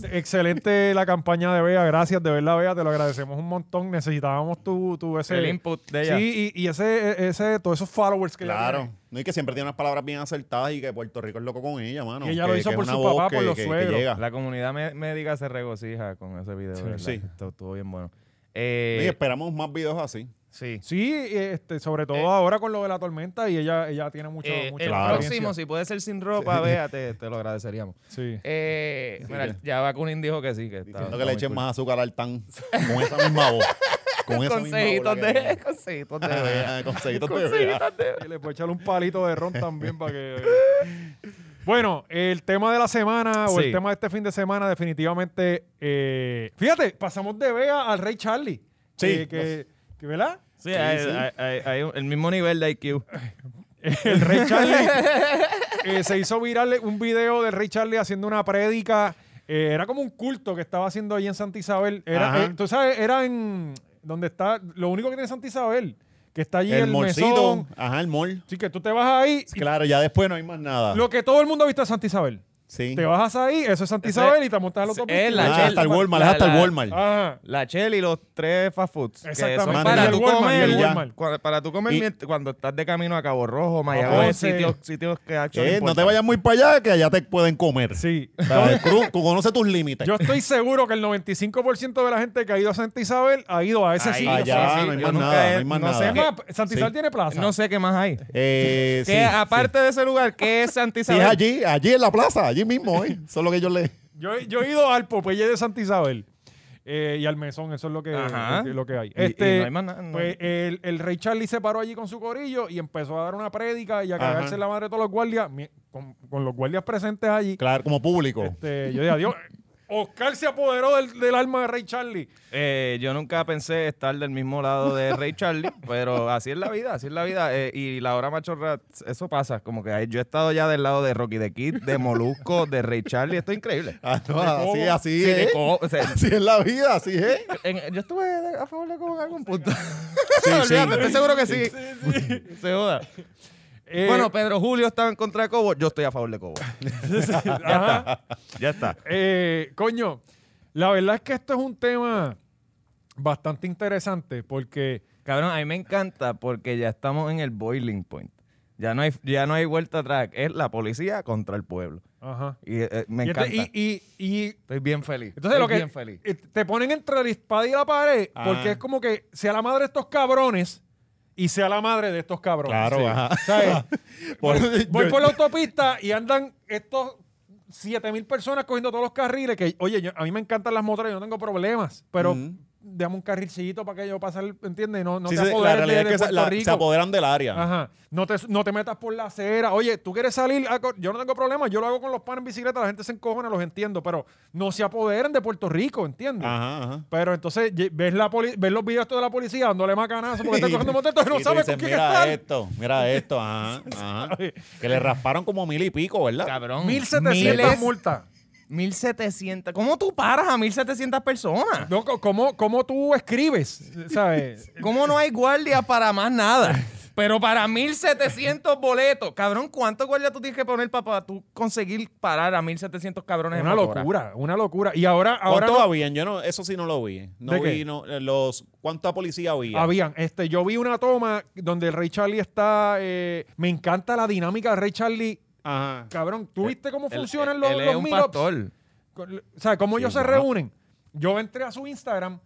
GPS.
excelente la campaña de Bea. Gracias, de verdad, Bea. Te lo agradecemos un montón. Necesitábamos tu, tu ese
El input de ella.
Sí, y, y ese, e, ese, todos esos followers que ella
Claro. No, y que siempre tiene unas palabras bien acertadas y que Puerto Rico es loco con ella, mano.
Y ella lo
Que-
hizo
que es
por
una
su
voz
papá, por
que-
los
que- que
suegros.
llega.
La comunidad me- médica se regocija con ese video. ¿verdad?
sí.
Esto Estuvo bien bueno.
Y
Eh,
esperamos más videos así.
sí.
tiene. Sí, este, sobre todo
Eh.
ahora con lo de la tormenta y ella, ella tiene mucho,
Eh,
mucha
el
experiencia.
próximo, si puede ser sin ropa, vea, te, te lo agradeceríamos.
Sí.
Eh, mira, ya Bakunin dijo que sí, que está.
Diciendo
está
que le
muy
echen
cool.
más azúcar al tan con esa misma voz. Con esa misma
Consejitos
voz. la que-
de. Consejitos de. Bea.
Ajá, Consejitos de verdad.
Consejitos de.
Y le puede echar un palito de ron también para que. Bueno, el tema de la semana o el
Sí.
tema de este fin de semana, definitivamente. eh, fíjate, pasamos de Bea al Rey Charlie.
Sí.
Eh, que, que, ¿Verdad?
Sí, hay,
sí.
hay- hay- hay un- el mismo nivel de IQ.
El Rey Charlie. eh, se hizo viral un video del Rey Charlie haciendo una prédica. eh, era como un culto que estaba haciendo allí en Santa Isabel. Era,
Ajá.
eh, tú sabes, era en. donde está. Lo único que tiene Santa Isabel, que está allí
El,
el,
morcito.
mesón.
Ajá, el mol.
Así que tú te vas ahí. y
Claro, ya después no hay más nada.
Lo que todo el mundo ha visto de Santa Isabel.
Sí. Eh,
Te vas hasta ahí, eso es Santa Isabel y te montas en los autobús.
es la
Ah,
Shell.
hasta el Walmart,
La-
es hasta
la-
el Walmart.
Ajá.
La Shell y los tres fast foods. que son
Exactamente.
Y
Para
el
tú
Walmart, y el
comer,
Walmart.
cua- para tú comer
Y-
mient- cuando estás de camino a Cabo Rojo, Mayagüez,
Ponce.
sitios, sitios que ah, ha hecho
Eh, no te
importante.
vayas muy para allá, que allá te pueden comer.
Sí.
O sea, cru- tú conoces tus límites.
Yo estoy seguro que el 95% de la gente que ha ido a Santa Isabel ha ido a ese
Ahí,
sitio.
allá,
sí, sí,
no hay
yo
más
nunca
nada,
he-
no hay más
no sé
nada.
Es más, Santa Isabel
Sí.
tiene plaza.
No sé qué más hay.
Eh, sí,
Que aparte de ese lugar, ¿qué es Santa
sí. Sí, es
Isabel?
allí, allí en la plaza, allí mismo, ¿eh? Eso es lo que yo le...
Yo, yo he ido al Popeye de Santa Isabel eh, y al Mesón, eso es lo que,
Ajá.
lo que, lo que hay.
Y- y
Este,
no hay más nada, no.
pues, el, el rey Charlie se paró allí con su corillo y empezó a dar una prédica y a cagarse en la madre de todos los guardias, mi- con, con los guardias presentes allí.
Claro, como público.
Este, yo dije, adiós. Oscar se apoderó del, del alma de rey Charlie.
Eh, yo nunca pensé estar del mismo lado de Ray Charlie, pero así es la vida, así es la vida. Eh, y la hora machorra, eso pasa. Como que ahí- yo he estado ya del lado de Rocky the Kid, de Molusco, de Ray Charlie. Esto es increíble.
Ah, no, así,
Cobo.
así
Sí, de
es.
co- o sea,
Así es la vida, así es.
en- yo estuve de- a favor de Cobo en algún punto.
sí.
Olvídate, estoy seguro que sí. Se joda.
Eh,
bueno, Pedro Julio estaba en contra de Cobo. Yo estoy a favor de Cobo.
ajá.
Ya está.
Eh, coño, la verdad es que esto es un tema bastante interesante porque
Cabrón, a mí me encanta porque ya estamos en el boiling point. Ya no hay, ya no hay vuelta atrás. Es la policía contra el pueblo.
ajá.
Y eh, me
Y
encanta.
ente- y- y- y
Estoy bien feliz.
Entonces
Estoy
lo que
bien feliz.
eh, te ponen entre la espada y la pared
Ah.
porque es como que sea la madre de estos cabrones y sea la madre de estos cabrones.
Claro,
Sí.
ajá.
¿Sabes?
Por-
Voy por la autopista y andan estos 7 mil personas cogiendo todos los carriles que, oye, yo- a mí me encantan las motoras, yo no tengo problemas, pero
Ujú.
dame un carrilcito para que yo pase, ¿entiendes? No, no
Sí,
te
sí, la
apoderes de, de
realidad es que se,
Puerto
la-
Rico.
se apoderan del área.
Ajá. No te, no te metas por la acera. Oye, tú quieres salir. a co- Yo no tengo problema. Yo lo hago con los panes en bicicleta. La gente se encojona, los entiendo. Pero no se apoderen de Puerto Rico, ¿entiendes?
Ajá, ajá.
Pero entonces ye- ves, la poli- ves los videos estos de la policía dándole macanazo porque está cogiendo motetos y
Y
no
tú
sabes
dices,
con quién
mira
estar.
esto, mira esto, ajá, ajá.
¿Sabes?
Que le rasparon como mil y pico, ¿verdad?
Cabrón.
1700
miles-
multas.
1700. ¿Cómo tú paras a 1700 personas?
No, co- ¿cómo, ¿Cómo tú escribes? ¿Sabes?
¿Cómo no hay guardias para más nada? Pero para 1700 boletos. Cabrón, ¿cuántos guardias tú tienes que poner para, tú conseguir parar a 1700 cabrones en
Una
motora?
locura, una locura. Y ahora, ahora
¿Cuánto
no-
habían? Yo no, eso sí no lo vi. No
¿De qué?
vi no, eh, los cuánta policía había.
habían. Este, yo vi una toma donde el Ray Charlie está. eh, me encanta la dinámica del Ray Charlie
Ajá.
Cabrón, ¿tú viste cómo
Él-
funcionan
él-
los,
él es
los
un
meetups?
pastor.
Con- O sea, cómo ellos se reúnen. Yo entré a su Instagram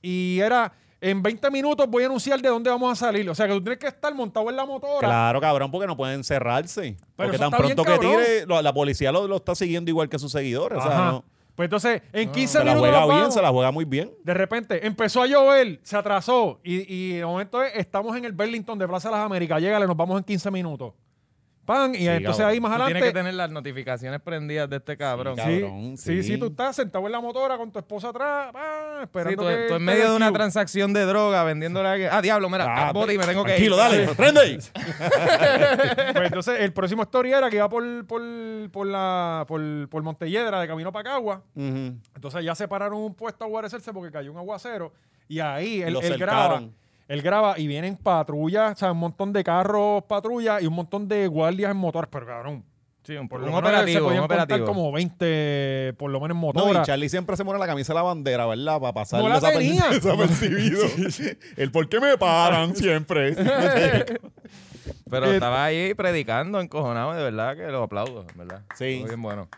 y era, en 20 minutos voy a anunciar de dónde vamos a salir. O sea, que tú tienes que estar montado en la motora.
Claro, cabrón, porque no pueden cerrarse. porque
eso
tan
está bien,
pronto que
cabrón.
tire, lo- la policía lo, lo está siguiendo igual que sus seguidores. O sea,
Ajá.
no-
Pues entonces, en 15
se la
minutos
juega
nos
bien,
vamos.
se la juega muy bien.
De repente, empezó a llover, se atrasó y, y de momento es, estamos en el Burlington de Plaza de las Américas. Llegale, nos vamos en 15 minutos. Pan, y entonces
cabrón.
ahí más
Tú
adelante...
tienes que tener las notificaciones prendidas de este cabrón.
Sí,
Sí,
Sí,
Cabrón,
sí,
sí.
sí, tú estás sentado en la motora con tu esposa atrás, ah, esperando
tú,
que
tú
te
en medio de una
descubra.
transacción de droga vendiéndole a alguien. Ah, diablo, mira,
Ah,
Boti, me tengo que ir.
Tranquilo, dale, prende.
Pues entonces, el próximo story era que iba por, por, por la, por, por Montelledra, de camino para Cagua.
Ujú.
Entonces ya se pararon un puesto a guarecerse porque cayó un aguacero. Y ahí él,
Lo
él graba.
cercaron.
Él graba y vienen patrullas, o sea, un montón de carros patrullas y un montón de guardias en motores. Pero cabrón,
Sí, un,
por
un
lo menos se
operativo, un
podían contar
operativo.
como 20, por lo menos en
No, y
motora.
Charlie siempre se pone la camisa de la bandera, ¿verdad? Para pasar
No la
desaper-
tenía.
desapercibido. El por qué me paran siempre.
Pero
Eh,
estaba ahí predicando, encojonado, de verdad que lo aplaudo, en ¿verdad?
Sí.
Estuvo bien bueno.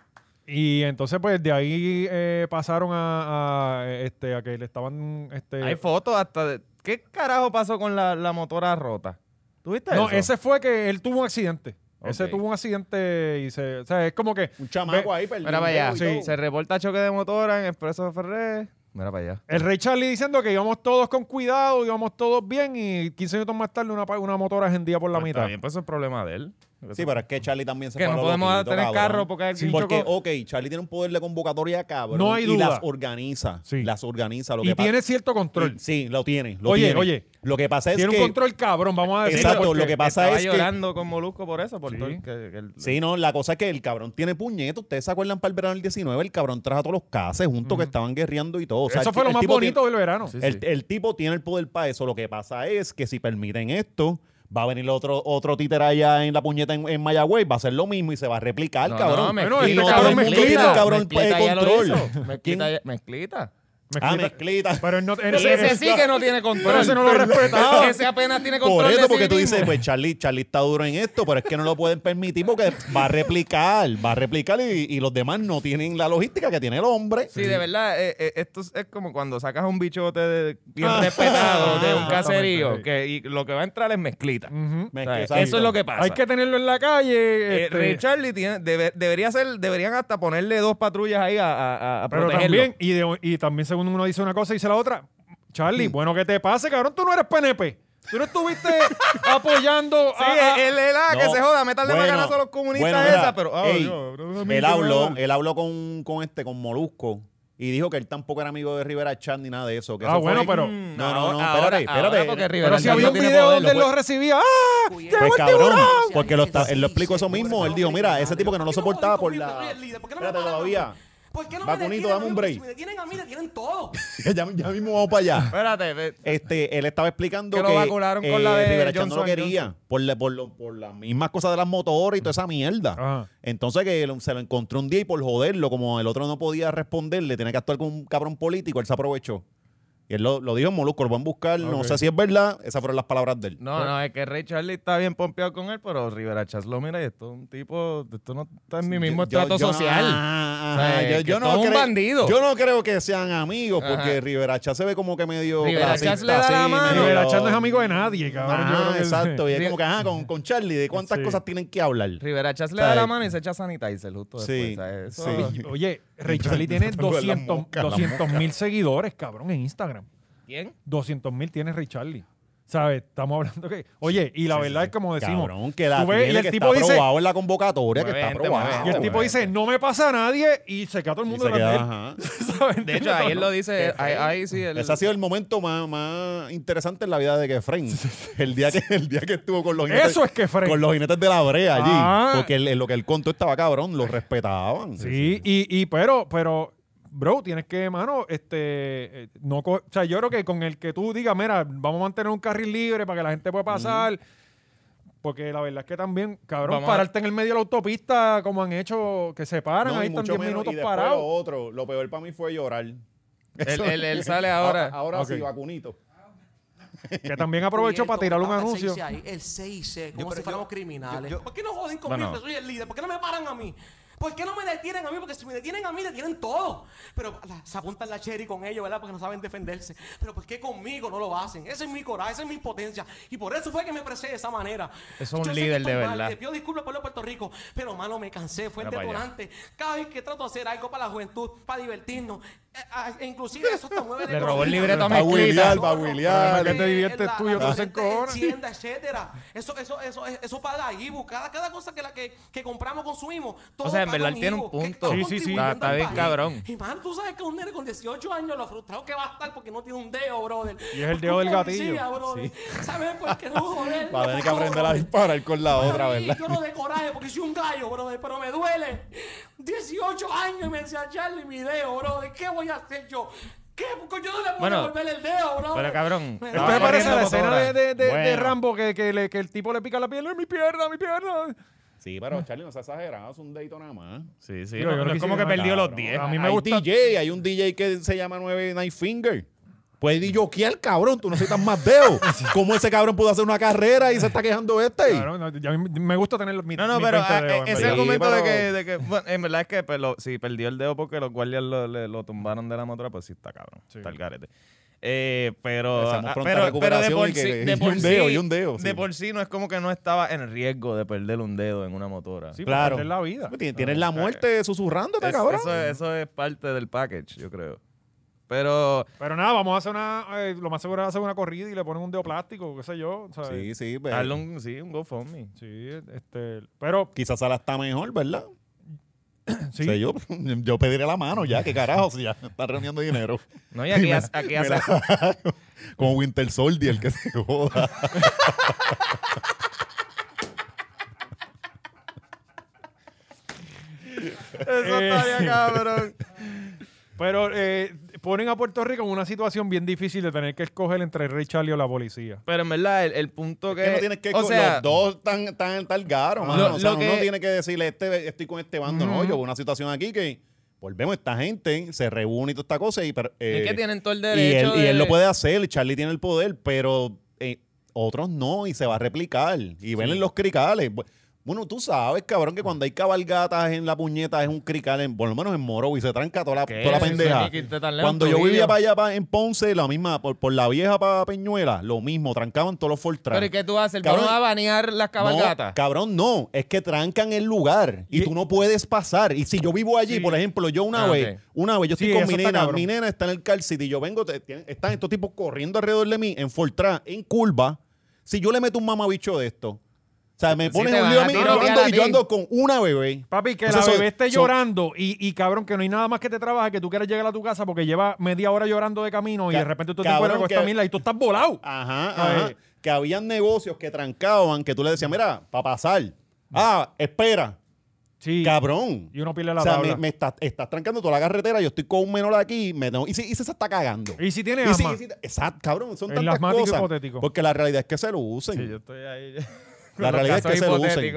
Y, entonces, pues, de ahí eh, pasaron a, a, este, a que le estaban... Este,
Hay fotos hasta de... ¿Qué carajo pasó con la, la motora rota? ¿Tuviste
No,
eso?
ese fue que él tuvo un accidente. Ese
Ok.
tuvo un accidente y se. O sea, es como que.
Un chamaco
Ve-
ahí perdido.
Mira para allá.
y todo.
Se reporta choque de motora en Expreso Ferrer. Mira para allá. Pues
El Rey Charlie diciendo que íbamos todos con cuidado, íbamos todos bien y 15 minutos más tarde una, pa- una motora hendía por la
Pues,
mitad.
También pues eso es problema de él.
Sí, pero es que Charlie también se
Que
fue a
no
lo
podemos
loquito,
tener
cabrón.
carro porque alguien
Porque,
chocó.
ok, Charlie tiene un poder de convocatoria, cabrón.
No hay
Y
duda.
las organiza.
Sí.
Las organiza. Lo
Y
que pa-
tiene cierto control.
Y- Sí, lo tiene. lo
Oye,
tiene.
oye.
Lo que pasa es
tiene
que.
un control cabrón, vamos a decir.
Exacto, lo que pasa
Estaba
es que.
llorando con Molusco por eso, por todo el- que- que el-
Sí, no, la cosa es que el cabrón tiene puñetos. Ustedes se acuerdan para el verano del 19, el cabrón trajo a todos los cases juntos que estaban guerreando y todo. O sea,
Eso
el-
fue lo
el
más
tipo
bonito
tiene-
del verano.
Sí,
el, el tipo tiene el poder para eso. Lo que pasa es que si permiten esto, va a venir otro, otro títer allá en la puñeta en, en Mayagüez, va a hacer lo mismo y se va a replicar,
No,
cabrón.
no,
Bueno,
mezclita,
este cabrón
mezclita,
mezclita,
el cabrón
Mezclita
eh,
ya lo
control.
hizo.
¿Quién?
Mezclita, ya- mezclita.
Ah, mezclita.
Pero él no, él-
Y ese
él-
sí que no tiene control.
Pero ese no lo respetaba.
Ese apenas tiene control.
Por eso,
de sí
porque tú
mismo.
dices, pues Charlie, Charlie está duro en esto, pero es que no lo pueden permitir porque va a replicar, va a replicar y, y los demás no tienen la logística que tiene el hombre.
Sí, de verdad, eh, eh, esto es es como cuando sacas a un bichote de- bien respetado de un
Exactamente,
caserío
sí.
que y lo que va a entrar es mezclita.
Ujú.
Me-
O sea,
exacto.
Eso es lo que pasa.
Hay que tenerlo en la calle.
Eh,
este,
Ray Charlie tiene- debe- debería ser, deberían hasta ponerle dos patrullas ahí a, a- a- a
pero
protegerlo.
también, y, de- y también según uno dice una cosa y dice la otra, Charlie,
Mm.
bueno que te pase, cabrón, tú no eres PNP. Tú no estuviste apoyando
Sí,
a- a-
el, el- ah, que
No.
se joda, meterle
Bueno,
macanazo a los comunistas
bueno, mira,
esa, pero... ah,
ey,
Dios, no, no, no,
él
no,
habló,
no.
él habló con, con este, con Molusco, y dijo que él tampoco era amigo de Rivera Chat ni nada de eso. que
Ah,
eso fue-
bueno, pero-
No, no, no,
Mm, Ahora-
espérate,
ahora
espérate.
porque Rivera
Pero si
Chat
había
no
un
tiene
video
poder,
donde él
lo
lo recibía. ¡Ah!
Pues
¡Llegó el
cabrón,
tiburón!
porque lo está- él lo explicó eso mismo. Él dijo, mira, ese tipo que no lo soportaba por la... Espérate, todavía.
¿Por qué no
Vacunito,
me detienen a
dame
mí?
un
Porque
break.
Si me detienen a mí, detienen todo.
Ya, ya mismo vamos para allá.
Espérate, ve-
Este, él estaba explicando
Que
que, eh,
lo vacunaron con la de
Rivera Chat no lo
Johnson
quería por, la- por lo- por las mismas cosas de las motoras y toda esa mierda.
Ajá.
Entonces que lo- se lo encontró un día y por joderlo, como el otro no podía responderle, tenía que actuar como un cabrón político, él se aprovechó. Y él lo, lo dijo en Molusco, lo van a buscar, no sé si es verdad, esas fueron las palabras de él.
No, no, es que Ray Charlie está bien pompeado con él, pero Rivera Chas lo mira y esto es un tipo, esto no está en mi mismo
Yo-
estrato
yo- Ah.
social.
ajá,
O sea,
ajá, yo-
que
yo no
todo un
creo-
bandido.
Yo no creo que sean amigos,
Ajá.
porque Rivera Chat se ve como que medio
Rivera Chat
clasista,
le da la
así,
mano.
medio-
Rivera Chat no es amigo de nadie, cabrón. yo creo
Ajá,
que-
Ah, exacto. Y es
Ri-
como que, ajá, con, con Charlie, ¿de cuántas
Sí.
cosas tienen que hablar?
Rivera Chas le
O sea,
da la
eh,
mano y se echa sanitizer justo
sí,
después. ¿sabes? Eso-
sí.
Oye, Ray Charlie tiene
Tratando de la
200
mosca, la
200 mil seguidores, cabrón, en Instagram.
¿Quién?
200 mil tiene Ray Charlie. ¿Sabes? Estamos hablando que. Oye, y la verdad es como decimos.
Cabrón, que la
tú ves,
tiene,
y el
que
tipo
está
dice-
aprobado en la convocatoria, que
Mueve
está
gente,
aprobado.
mueve
Y el tipo dice, no me pasa a nadie, y se queda todo el
Y
mundo
se
detrás
queda,
de él.
ajá.
¿Sabes?
De hecho, ahí él lo dice, ahí, ahí sí. Él,
Ese ha sido el momento más, más interesante en la vida de Kefren. El día que, el día que estuvo con los jinetes,
Eso es Kefren.
Con los jinetes de la brea allí.
Ah.
Porque el- el- lo que él contó estaba cabrón, lo respetaban.
Sí, y, y pero, pero, bro, tienes que, mano, este, eh, no, co- o sea, yo creo que con el que tú digas, mira, vamos a mantener un carril libre para que la gente pueda pasar, porque la verdad es que también, cabrón,
Vamos a-
pararte en el medio de la autopista como han hecho, que se paran,
No,
ahí
y
están
mucho
10
menos, y
minutos
después
parados.
Lo, otro, lo peor para mí fue llorar.
él,
Eso-
él- él sale ahora.
Ahora sí,
Ok.
vacunito.
Que también aprovechó para tirar un
Cubierto,
anuncio.
El 6 el 6 como
pero
si
yo-
fuéramos criminales.
yo- yo-
¿Por qué no joden conmigo?
Bueno.
que Soy el líder. ¿Por qué no me paran a mí? ¿Por qué no me detienen a mí? Porque si me detienen a mí, detienen todo. Pero la- se apuntan la cherry con ellos, ¿verdad? Porque no saben defenderse. Pero ¿por qué conmigo no lo hacen? Ese es mi coraje, esa es mi impotencia. Y por eso fue que me expresé de esa manera.
Eso es un
Yo sé que
líder
estoy
de
mal,
verdad.
Le pido disculpas al pueblo de Puerto Rico. Pero, mano, me cansé. Fue el
Mira para allá.
detonante. Cada vez que trato de hacer algo para la juventud, para divertirnos, eh, ah, inclusive eso hasta mueve
Le robó el
economía.
libreto a
Pa'
Mezclita.
huilear, pa'
No, no,
huilear.
¿Para qué te diviertes
la-
tú y
la
otros se
corriente
encojonan?
de Hacienda, etcétera. Eso, eso, eso, eso paga IBU. Cada, cada cosa que, la que, que compramos, consumimos. todo
O sea, en
paga
verdad él
un
tiene
IBU,
un
que
punto.
estamos
Sí, sí, sí.
contribuyendo
Está- está
al
bien
país.
cabrón.
Y man, tú sabes que un nene con 18 años lo frustrado que va a estar porque no tiene un dedo, brother.
Y es el dedo del gatillo.
¿Sabes por qué no joder?
Va a tener que
No,
aprender a
brother.
disparar con la otra,
Ay,
¿verdad?
Yo no de coraje porque soy un gallo, brother, pero me duele. 18 años y me decía Charlie mi dedo, brother. ¿Qué voy a hacer yo? ¿Qué? Porque yo no le voy
Bueno,
a volver el dedo, brother.
pero cabrón,
Me
esto
Esto
duele.
me parece la
corriendo
escena de,
motora.
de- de- de
Bueno.
Rambo que, que le- que el tipo le pica la piel, "Ay, mi pierna, mi pierna.
Sí, pero Charlie no se exagerado, es un deito nada más.
Sí, sí.
Yo- yo
no, no
creo que
es como
sí,
que
no,
perdió los
cabrón.
10.
A mí me
hay
gusta.
DJ, hay un DJ que se llama 9 Night Finger. Puede
Mm.
DJoquear, cabrón, tú necesitas más dedos. ¿Cómo ese cabrón pudo hacer una carrera y se está quejando este?
Cabrón, no, ya a mí me gusta tener los mi-
No, no,
mis
pero
20
ah,
dedos, en
eh, ese
verdad.
el-
argumento
Sí,
de que,
pero-
de que, bueno, en verdad es que pues, lo- si perdió el dedo porque los guardias lo, le- lo tumbaron de la motora, pues sí está cabrón, está el garete. Eh, pero,
Deseamos
ah,
pronta
pero, pero de
recuperación
por
y que-
sí,
y
de
un
por
dedo,
sí-
y un dedo,
de
sí.
por sí no es como que no estaba en riesgo de perder un dedo en una motora.
Sí,
Claro.
claro. la vida.
Tien- Tienes Pues la
eh,
muerte susurrándote,
Es-
cabrón.
eso, es- eso es parte del package, yo creo. Pero
Pero nada, vamos a hacer una. eh, lo más seguro es hacer una corrida y le ponen un dedo plástico, qué sé yo. ¿sabes?
Sí, sí, pues, pero
hazle un, sí, un GoFundMe.
Sí, este. Pero.
quizás Sala está mejor, ¿verdad?
Sí.
O sea, yo, yo pediré la mano ya, qué carajo, si ya están reuniendo dinero.
No, y aquí, hace- aquí hace-
Como Winter Soldier, que se joda.
Eso estaría cabrón.
Pero eh, ponen a Puerto Rico en una situación bien difícil de tener que escoger entre Ray Charlie o la policía.
Pero en verdad, el, el punto que.
que no tienes que
Eh, o
co-
sea, Ah.
los dos tan tan tan caro, mano.
Lo-
o sea,
lo
uno
que-
tiene que decirle este estoy con este bando, no, yo hubo una situación aquí que volvemos esta gente se reúne y toda esta cosa y pero,
es
eh,
que tienen todo el
y él,
derecho.
y
de-
él lo puede hacer, Charlie tiene el poder, pero eh, otros no, y se va a replicar. Y ven en los cricales. Bu- Bueno, tú sabes, cabrón, que cuando hay cabalgatas en la puñeta es un crical, en, por lo menos en Moro, y se tranca toda la,
¿Qué?
toda la
Eso es
pendeja.
ni que irte tan lejos,
Cuando yo vivía
Corillo.
para allá pa- en Ponce, la misma, por, por la vieja para Peñuela, lo mismo, trancaban todos los Fortran.
Pero ¿y qué tú haces? ¿El
Cabrón,
bono va a banear las
No,
cabalgatas?
cabrón, no. Es que trancan el lugar y,
Y-
tú no puedes pasar. Y si yo vivo allí, por ejemplo, yo una
Ah,
vez,
ok.
una vez, yo estoy
Sí,
con
eso
mi
está
nena,
cabrón.
mi nena está en el car seat y yo vengo, te- tienen- están estos tipos corriendo alrededor de mí en Fortran, en curva. Si yo le meto un mamabicho de esto, o sea, me
Sí,
pones
te
un
van
lío a
a
mí y yo
tirotear
ando-
a
y yo
ti.
ando con una bebé.
Papi, que
Entonces,
la
soy-
bebé esté
soy-
llorando y, y cabrón, que no hay nada más que te trabaje, que tú quieres llegar a tu casa porque lleva media hora llorando de camino y
Ca-
de repente tú te
cabrón,
encuentras con esta
que- Ah,
mierda y tú estás volado.
Ajá,
Ay.
ajá. Que habían negocios que trancaban, que tú le decías, mira, para pasar. Ah, espera.
Mm. Sí.
Cabrón.
Y uno pierde la
O sea,
tabla.
me, me está- estás trancando toda la carretera, yo estoy con un menor aquí, me tengo- y, si, y si se está cagando.
Y si tiene
Y si-
asma.
y si- exacto, cabrón, son
El
tantas
asmático
cosas.
hipotético.
Porque la realidad es que se lo usen.
Sí, yo estoy ahí.
La realidad es que se lo usen.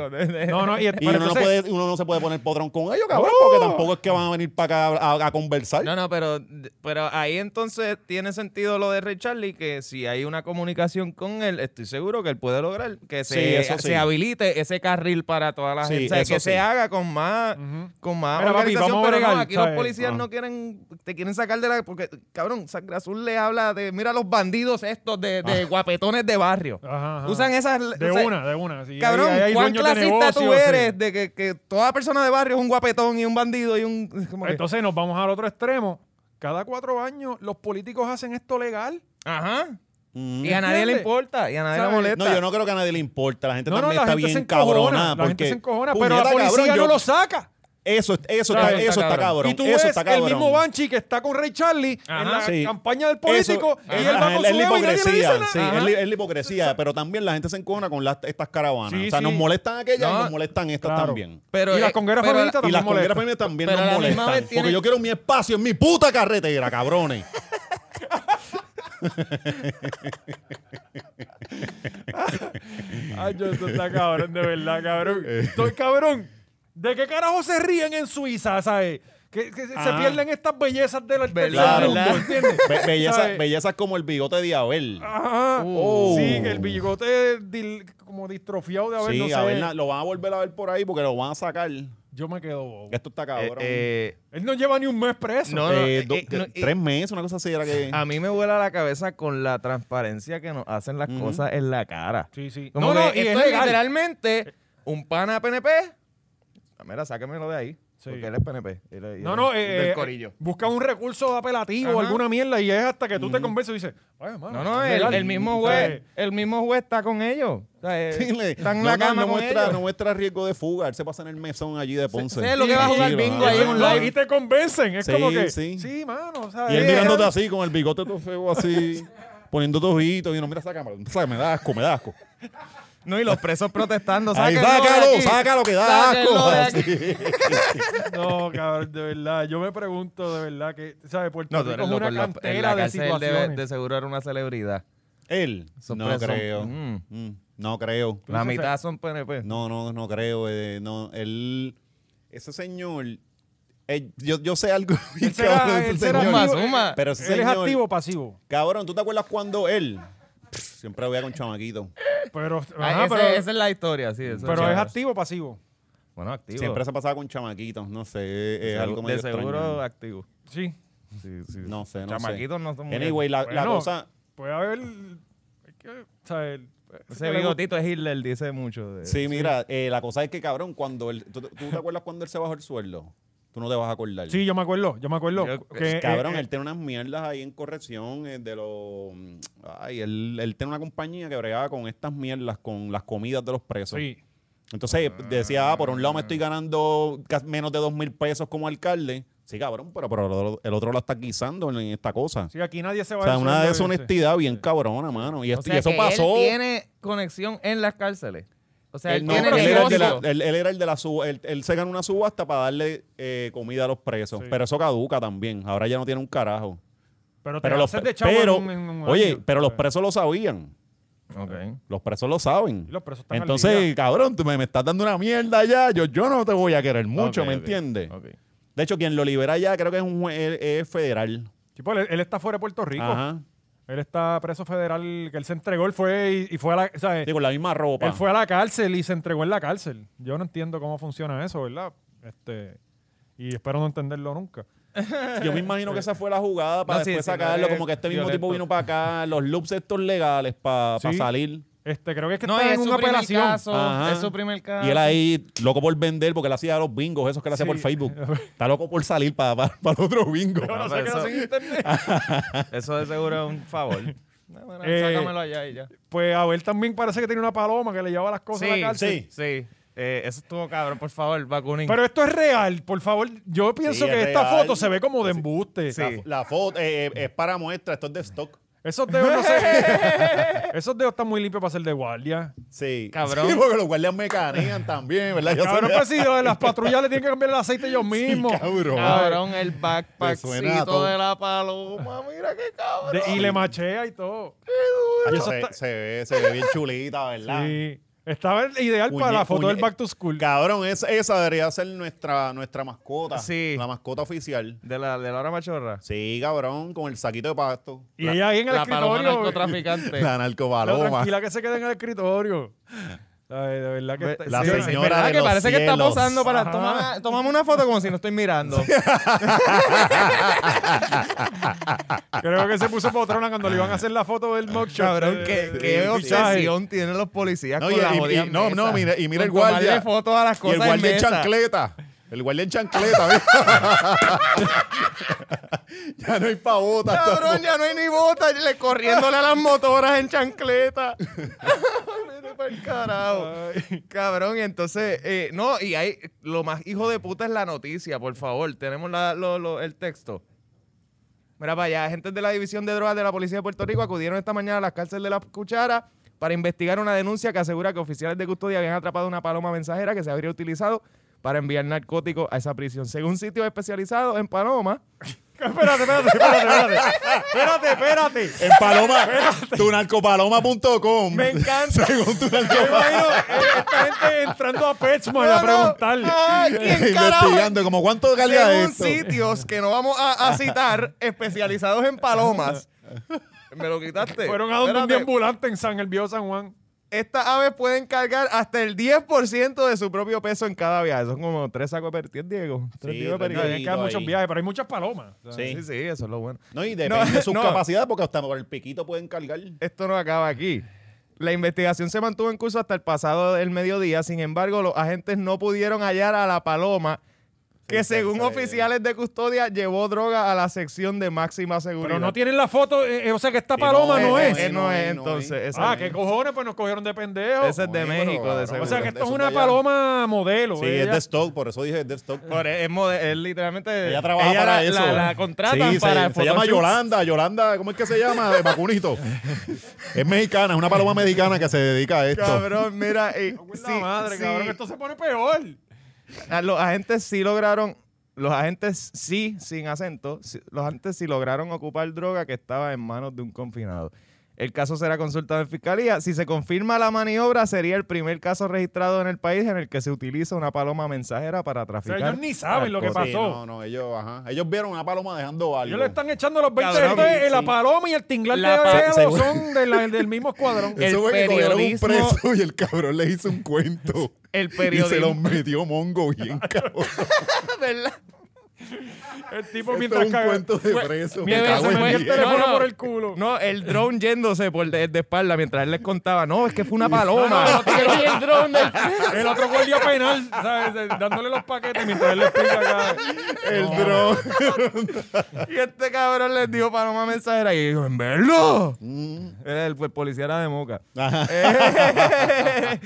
No, no, y,
Y
pero
uno,
entonces- ¡Oh!
no puede, uno no se puede poner potrón con ellos, cabrón, porque tampoco es que van a venir para acá a, a conversar.
No, no, pero, pero ahí entonces tiene sentido lo de Ray Charlie, que si hay una comunicación con él, estoy seguro que él puede lograr que se,
Sí, eso sí.
se habilite ese carril para toda la
Sí,
gente. O sea,
eso
que
sí.
se haga con más, con más
Mira, papi,
organización,
vamos a
pero no,
bregar,
aquí los
¿sabes?
policías
Ah.
no quieren, te quieren sacar de la... Porque, cabrón, Sangre Azul le habla de, mira los bandidos estos de, de guapetones de barrio.
Ah. Ajá, ajá.
Usan esas...
De
o sea,
una, de una. sí.
Cabrón,
Ahí- ahí hay
¿cuán
dueños de
clasista tú
negocios, sí.
eres de que, que toda persona de barrio es un guapetón y un bandido y un... como que-
Entonces nos vamos al otro extremo. Cada cuatro años los políticos hacen esto legal.
Ajá.
Mm.
Y a nadie le
¿Entiendes?
importa, y a nadie le
¿Sabes?
molesta.
No, yo no creo que a nadie le importa. La gente
No, no,
también
la
está
gente se
bien
encojona.
cabrona.
La gente
porque,
se encojona, pero la
puñeta,
policía no
cabrón, yo-
lo saca.
Eso, eso, está,
Claro, está
eso está
cabrón.
cabrón.
y tú
eso
ves
está cabrón.
el mismo Banshee que está con Ray Charlie en la
Sí.
campaña del político
Eso-
y
Ajá,
él va con
es
su
la
ego y nadie le dice
hipocresía,
nada.
sí,
Ajá.
es, li- es la hipocresía, pero también la gente se encojona con las- estas caravanas.
Sí,
o sea, nos
sí.
molestan aquellas y
No,
nos molestan estas
claro.
también.
pero,
y las
eh,
congueras
pero-
feministas
Y
también
las
molestan.
congueras femeninas también
Pero
nos
a la misma
molestan.
vez
Porque
tiene-
yo quiero mi espacio en mi puta carretera, cabrones.
Ay, yo, esto está cabrón, de verdad, cabrón.
Eh.
Estoy cabrón. ¿De qué carajo se ríen en Suiza, sabes? Que, que se
Ah.
pierden estas bellezas del del
Verdad,
mundo,
verdad.
¿entiendes?
Be- belleza-
¿Sabes? Ah,
Bellezas como el bigote de Abel.
Ajá.
Oh.
Sí, que el bigote dil- como distrofiado de haber,
sí,
no sé.
Abel na- lo van a volver a ver por ahí porque lo van a sacar.
Yo me quedo bobo.
Esto está cabrón.
eh,
Él no lleva ni un mes preso.
no, no,
Eh,
eh,
do-
eh, no, eh,
tres meses, una cosa así era que...
a mí me vuela la cabeza con la transparencia que nos hacen las cosas en la cara.
Sí, sí. No,
Como
no,
que
y
esto
es
es
legal.
literalmente un pana PNP. Ah, Mira, sáquemelo de ahí.
Sí.
Porque él es PNP. él es-
No, no,
él es
eh,
del corillo.
busca un recurso apelativo
Ajá.
alguna mierda y es hasta que tú te convences y dices, "Vaya, mano,
No, no,
es
el,
legal". Eh,
el mismo
Sí.
juez, el mismo juez está con ellos. O sea, eh,
Dile,
está en
no,
la
no,
cama
no
con
muestra,
ellos.
no muestra riesgo de fuga. Él se pasa en el mesón allí de Ponce.
sé lo que va a jugar
Tranquilo,
bingo
ah.
ahí en un
No,
live.
y te convencen. Es
Sí,
como que.
sí.
Sí, mano. o sea, eh,
Y él
es-
mirándote así, con el bigote todo feo así, poniendo tus ojitos. Y uno, mira esa cámara, me da asco, me da asco.
No, y los presos protestando.
Ahí,
"Sáquenlo de
sácalo,
aquí,
sácalo, que da
sáquenlo
asco.
de aquí".
No, cabrón, de verdad. Yo me pregunto, de verdad, que. ¿Sabes? Puerto
No, tú
Rico
eres
es
loco.
una
En la, en
cantera
la
de
cárcel él debe-
situaciones.
de seguro era una celebridad.
Él.
Son
no
presos.
creo.
Mm.
Mm, no creo.
La mitad son PNP.
No, no, no creo. eh, no, él. Ese señor. eh, yo, yo sé algo. bien
Él será-
cabrón de ese
él será
señor.
Suma,
activo,
suma.
eh,
Pero ese
Él es
señor-
activo o pasivo.
Cabrón, ¿tú te acuerdas cuando él? Pff, Siempre voy a con chamaquito.
Pero,
Ah,
ajá,
ese-
pero,
esa es la historia, sí. eso
pero es
chévere.
activo o pasivo.
Bueno, activo.
Siempre se pasaba con chamaquitos. No sé. Es
De
algo
segu-
medio
De seguro
extraño.
activo.
Sí.
Sí, sí.
No sé, no
Chamaquitos
sé.
no son muy- eh,
Anyway, la, la
Bueno,
cosa.
Puede haber. hay que- o sea, el-
Ese bigotito es Hitler, dice mucho. de-
Sí, mira, eh, la cosa es que, cabrón, cuando él. ¿tú, tú te acuerdas cuando él se bajó el sueldo? Tú no te vas a acordar.
Sí, yo me acuerdo, yo me acuerdo.
Yo-
que,
Cabrón,
eh,
él tiene unas mierdas ahí en corrección eh, de los... Ay, él, él tiene una compañía que bregaba con estas mierdas, con las comidas de los presos.
sí.
Entonces decía, ah, por un lado me estoy ganando ca- menos de dos mil pesos como alcalde. Sí, cabrón, pero, pero el otro lo está guisando en esta cosa.
Sí, aquí nadie se va
o sea,
del
una
sueldo,
deshonestidad bien cabrona, mano. Y,
O
esto- y
sea,
eso
que
pasó...
Él tiene conexión en las cárceles. O sea, él,
Él, no,
tiene
él era el de
negocio.
la, él, él era el de la suba- él, él se ganó una subasta para darle eh, comida a los presos.
Sí.
Pero eso caduca también. Ahora ya no tiene un carajo.
Pero, te
Pero, los,
haces de chavo en
pero,
un- en un año.
oye, pero los presos lo sabían.
Ok.
Los presos lo saben.
Y los presos están al
Entonces,
día.
cabrón, tú me, me estás dando una mierda ya. Yo, yo no te voy a querer mucho,
Ok,
¿me
ok,
entiendes?
ok.
De hecho, quien lo libera ya creo que es un jue- es- es federal.
Tipo, pues, él, él está fuera de Puerto Rico.
Ajá.
Él está preso federal, que él se entregó, él fue y, y fue a la... o sea,
Sí, con la misma ropa.
él fue a la cárcel y se entregó en la cárcel. Yo no entiendo cómo funciona eso, ¿verdad? Este, y espero no entenderlo nunca.
Yo me imagino que esa fue la jugada para
No, sí,
después
sí, no
sacarlo.
es
Como que este mismo
violento.
tipo vino para acá, los loops estos legales para
Sí.
salir.
Este, creo que es que
No,
está
es
en
su
una
primer
apelación.
caso.
Ajá.
Es su primer caso.
Y él ahí, loco por vender, porque él hacía los bingos, esos que él hacía
Sí.
por Facebook. Está loco por salir para el otro bingo. Ah,
Ah,
No, pero eso, eso de seguro es un favor. No, bueno,
Eh,
sácamelo allá y ya.
Pues a ver, también parece que tiene una paloma que le llevaba las cosas a la cárcel.
sí.
Sí. Eh, eso estuvo cabrón, por favor, vacunen.
Pero esto es real, por favor. Yo pienso
es
que esta
real.
foto se ve como de embuste.
Sí.
La foto eh, eh, es para muestra, esto es de stock.
Esos dedos no se- Esos dedos están muy limpios para ser de guardia.
Sí.
Cabrón.
Sí, porque los guardias mecanean también, ¿verdad? Yo
Cabrón,
sé-
pues sí, las patrullas le tienen que cambiar el aceite ellos mismos.
Cabrón.
cabrón, el
suena a
backpackcito
todo.
de la paloma. Mira qué cabrón.
De- y le machea y todo.
Ay,
Y eso
se,
está-
se ve, se ve bien chulita, ¿verdad?
Sí. Estaba ideal para
Puñe-
la foto
puñe-
del Back to School.
Cabrón, es- esa debería ser nuestra, nuestra mascota.
Sí.
La mascota oficial.
De la, de la hora machorra.
Sí, cabrón, con el saquito de pasto.
Y
la,
ella ahí en el
la paloma
escritorio.
narcotraficante.
la
Lo
narcobaloma.
tranquila que se queda en el escritorio. Ay, de verdad que está-
La
sí,
señora
¿verdad
de
que
los
parece que está
cielos.
posando para
Ajá.
tomar tomame una foto como si no estoy mirando.
Creo que se puso patrona cuando le iban a hacer la foto del mugshot.
Cabrón,
de-
qué,
de-
qué
del fichaje.
obsesión tienen los policías
No,
con
y-
la
y-
jodida
y- no,
mesa.
no, mira, y mira
Con
el guardia.
tomarle fotos a las
y
cosas
el guardia
en
en
mesa.
chancleta. El guardia en chancleta, mira. ya no hay pavotas.
Cabrón, ya no hay ni botas, le- corriéndole a las motoras en chancleta. Vete pa'l carajo. Cabrón, y entonces, eh, no, y hay, lo más hijo de puta es la noticia, por favor. Tenemos la- lo- lo- el texto. Mira para allá, agentes de la División de Drogas de la Policía de Puerto Rico acudieron esta mañana a las cárceles de la Cuchara para investigar una denuncia que asegura que oficiales de custodia habían atrapado una paloma mensajera que se habría utilizado para enviar narcóticos a esa prisión. Según sitios especializados en paloma,
Espérate, espérate, espérate, espérate. Espérate, espérate.
En paloma, tunarcopaloma.com.
Me encanta.
Según tu
Yo imagino eh, esta gente entrando a Petsman a
No, no.
preguntarle.
Ah, ¿quién carajo?
investigando como cuánto carga
Según
esto.
sitios que no vamos a, a citar, especializados en palomas. Me lo quitaste.
Fueron a donde un
Espérate.
ambulante en San El Viejo San Juan.
Estas aves pueden cargar hasta el 10% de su propio peso en cada viaje. Son como tres sacos de perdiz, Diego. Tres
Sí,
tipos de
tres
perdiz.
No, tienen que haber
ahí.
muchos viajes, pero hay muchas palomas. O sea,
Sí.
Sí, sí, eso es lo bueno.
No, y depende
No,
de sus
no.
capacidades, porque hasta por el piquito pueden cargar.
Esto no acaba aquí. La investigación se mantuvo en curso hasta el pasado del mediodía. Sin embargo, los agentes no pudieron hallar a la paloma que
sí,
según
sí.
oficiales de custodia llevó droga a la sección de máxima seguridad.
Pero no tienen la foto, eh, eh, o sea que esta
Sí,
paloma
no,
no,
no,
es.
Eh, no es,
no, no,
entonces.
no.
esa
ah,
no
qué
es.
cojones, pues nos cogieron de pendejo.
Esa es de
Oye, pero,
México, de
cabrón,
seguro.
o sea que
de
esto es
esos
una
de allá.
paloma modelo. eh,
Sí,
ella-
es de stock, por eso dije es de stock.
Por- es, mode- es literalmente.
Eh, Ella trabaja
ella
para
la,
eso.
La, la contratan
Sí, se-
para.
Se, llama
photoshoots.
Yolanda, Yolanda, ¿cómo es que se llama? De Vacunito. es mexicana, es una paloma mexicana que se dedica a esto.
Cabrón, mira. eh,
La
sí,
madre,
sí.
cabrón, esto se pone peor.
Ah, Los agentes sí lograron. Los agentes sí, sin acento, sí- los agentes sí lograron ocupar droga que estaba en manos de un confinado. El caso será consultado en fiscalía. Si se confirma la maniobra, sería el primer caso registrado en el país en el que se utiliza una paloma mensajera para
O sea,
traficar.
ellos ni saben lo que
narcóticos.
pasó.
Sí, no, no, ellos, ajá. Ellos vieron una paloma dejando algo.
Ellos le están echando los 20
Cabrón,
de
sí.
la paloma y el tinglar
La pa-
de dedos
seguro.
son de la- del mismo escuadrón.
El
Eso fue que cogieron un
periodismo-
preso y el cabrón le hizo un cuento.
El
Y se
periodismo.
los metió mongo bien cabrón.
¿Verdad?
El tipo
Esto
mientras
es un
caga-
cuento de preso. me
mientras
cago
se
en
metió el
diez.
teléfono
No, no.
por el culo.
No, el drone yéndose por de, de espalda mientras él les contaba, no, es que fue una paloma.
No, no, no, el otro guardia penal, ¿sabes? De- Dándole los paquetes mientras él le explica acá.
El dron.
y este cabrón les dijo paloma mensajera y dijo, en verlo. Era el, el policía era de moca. Eh,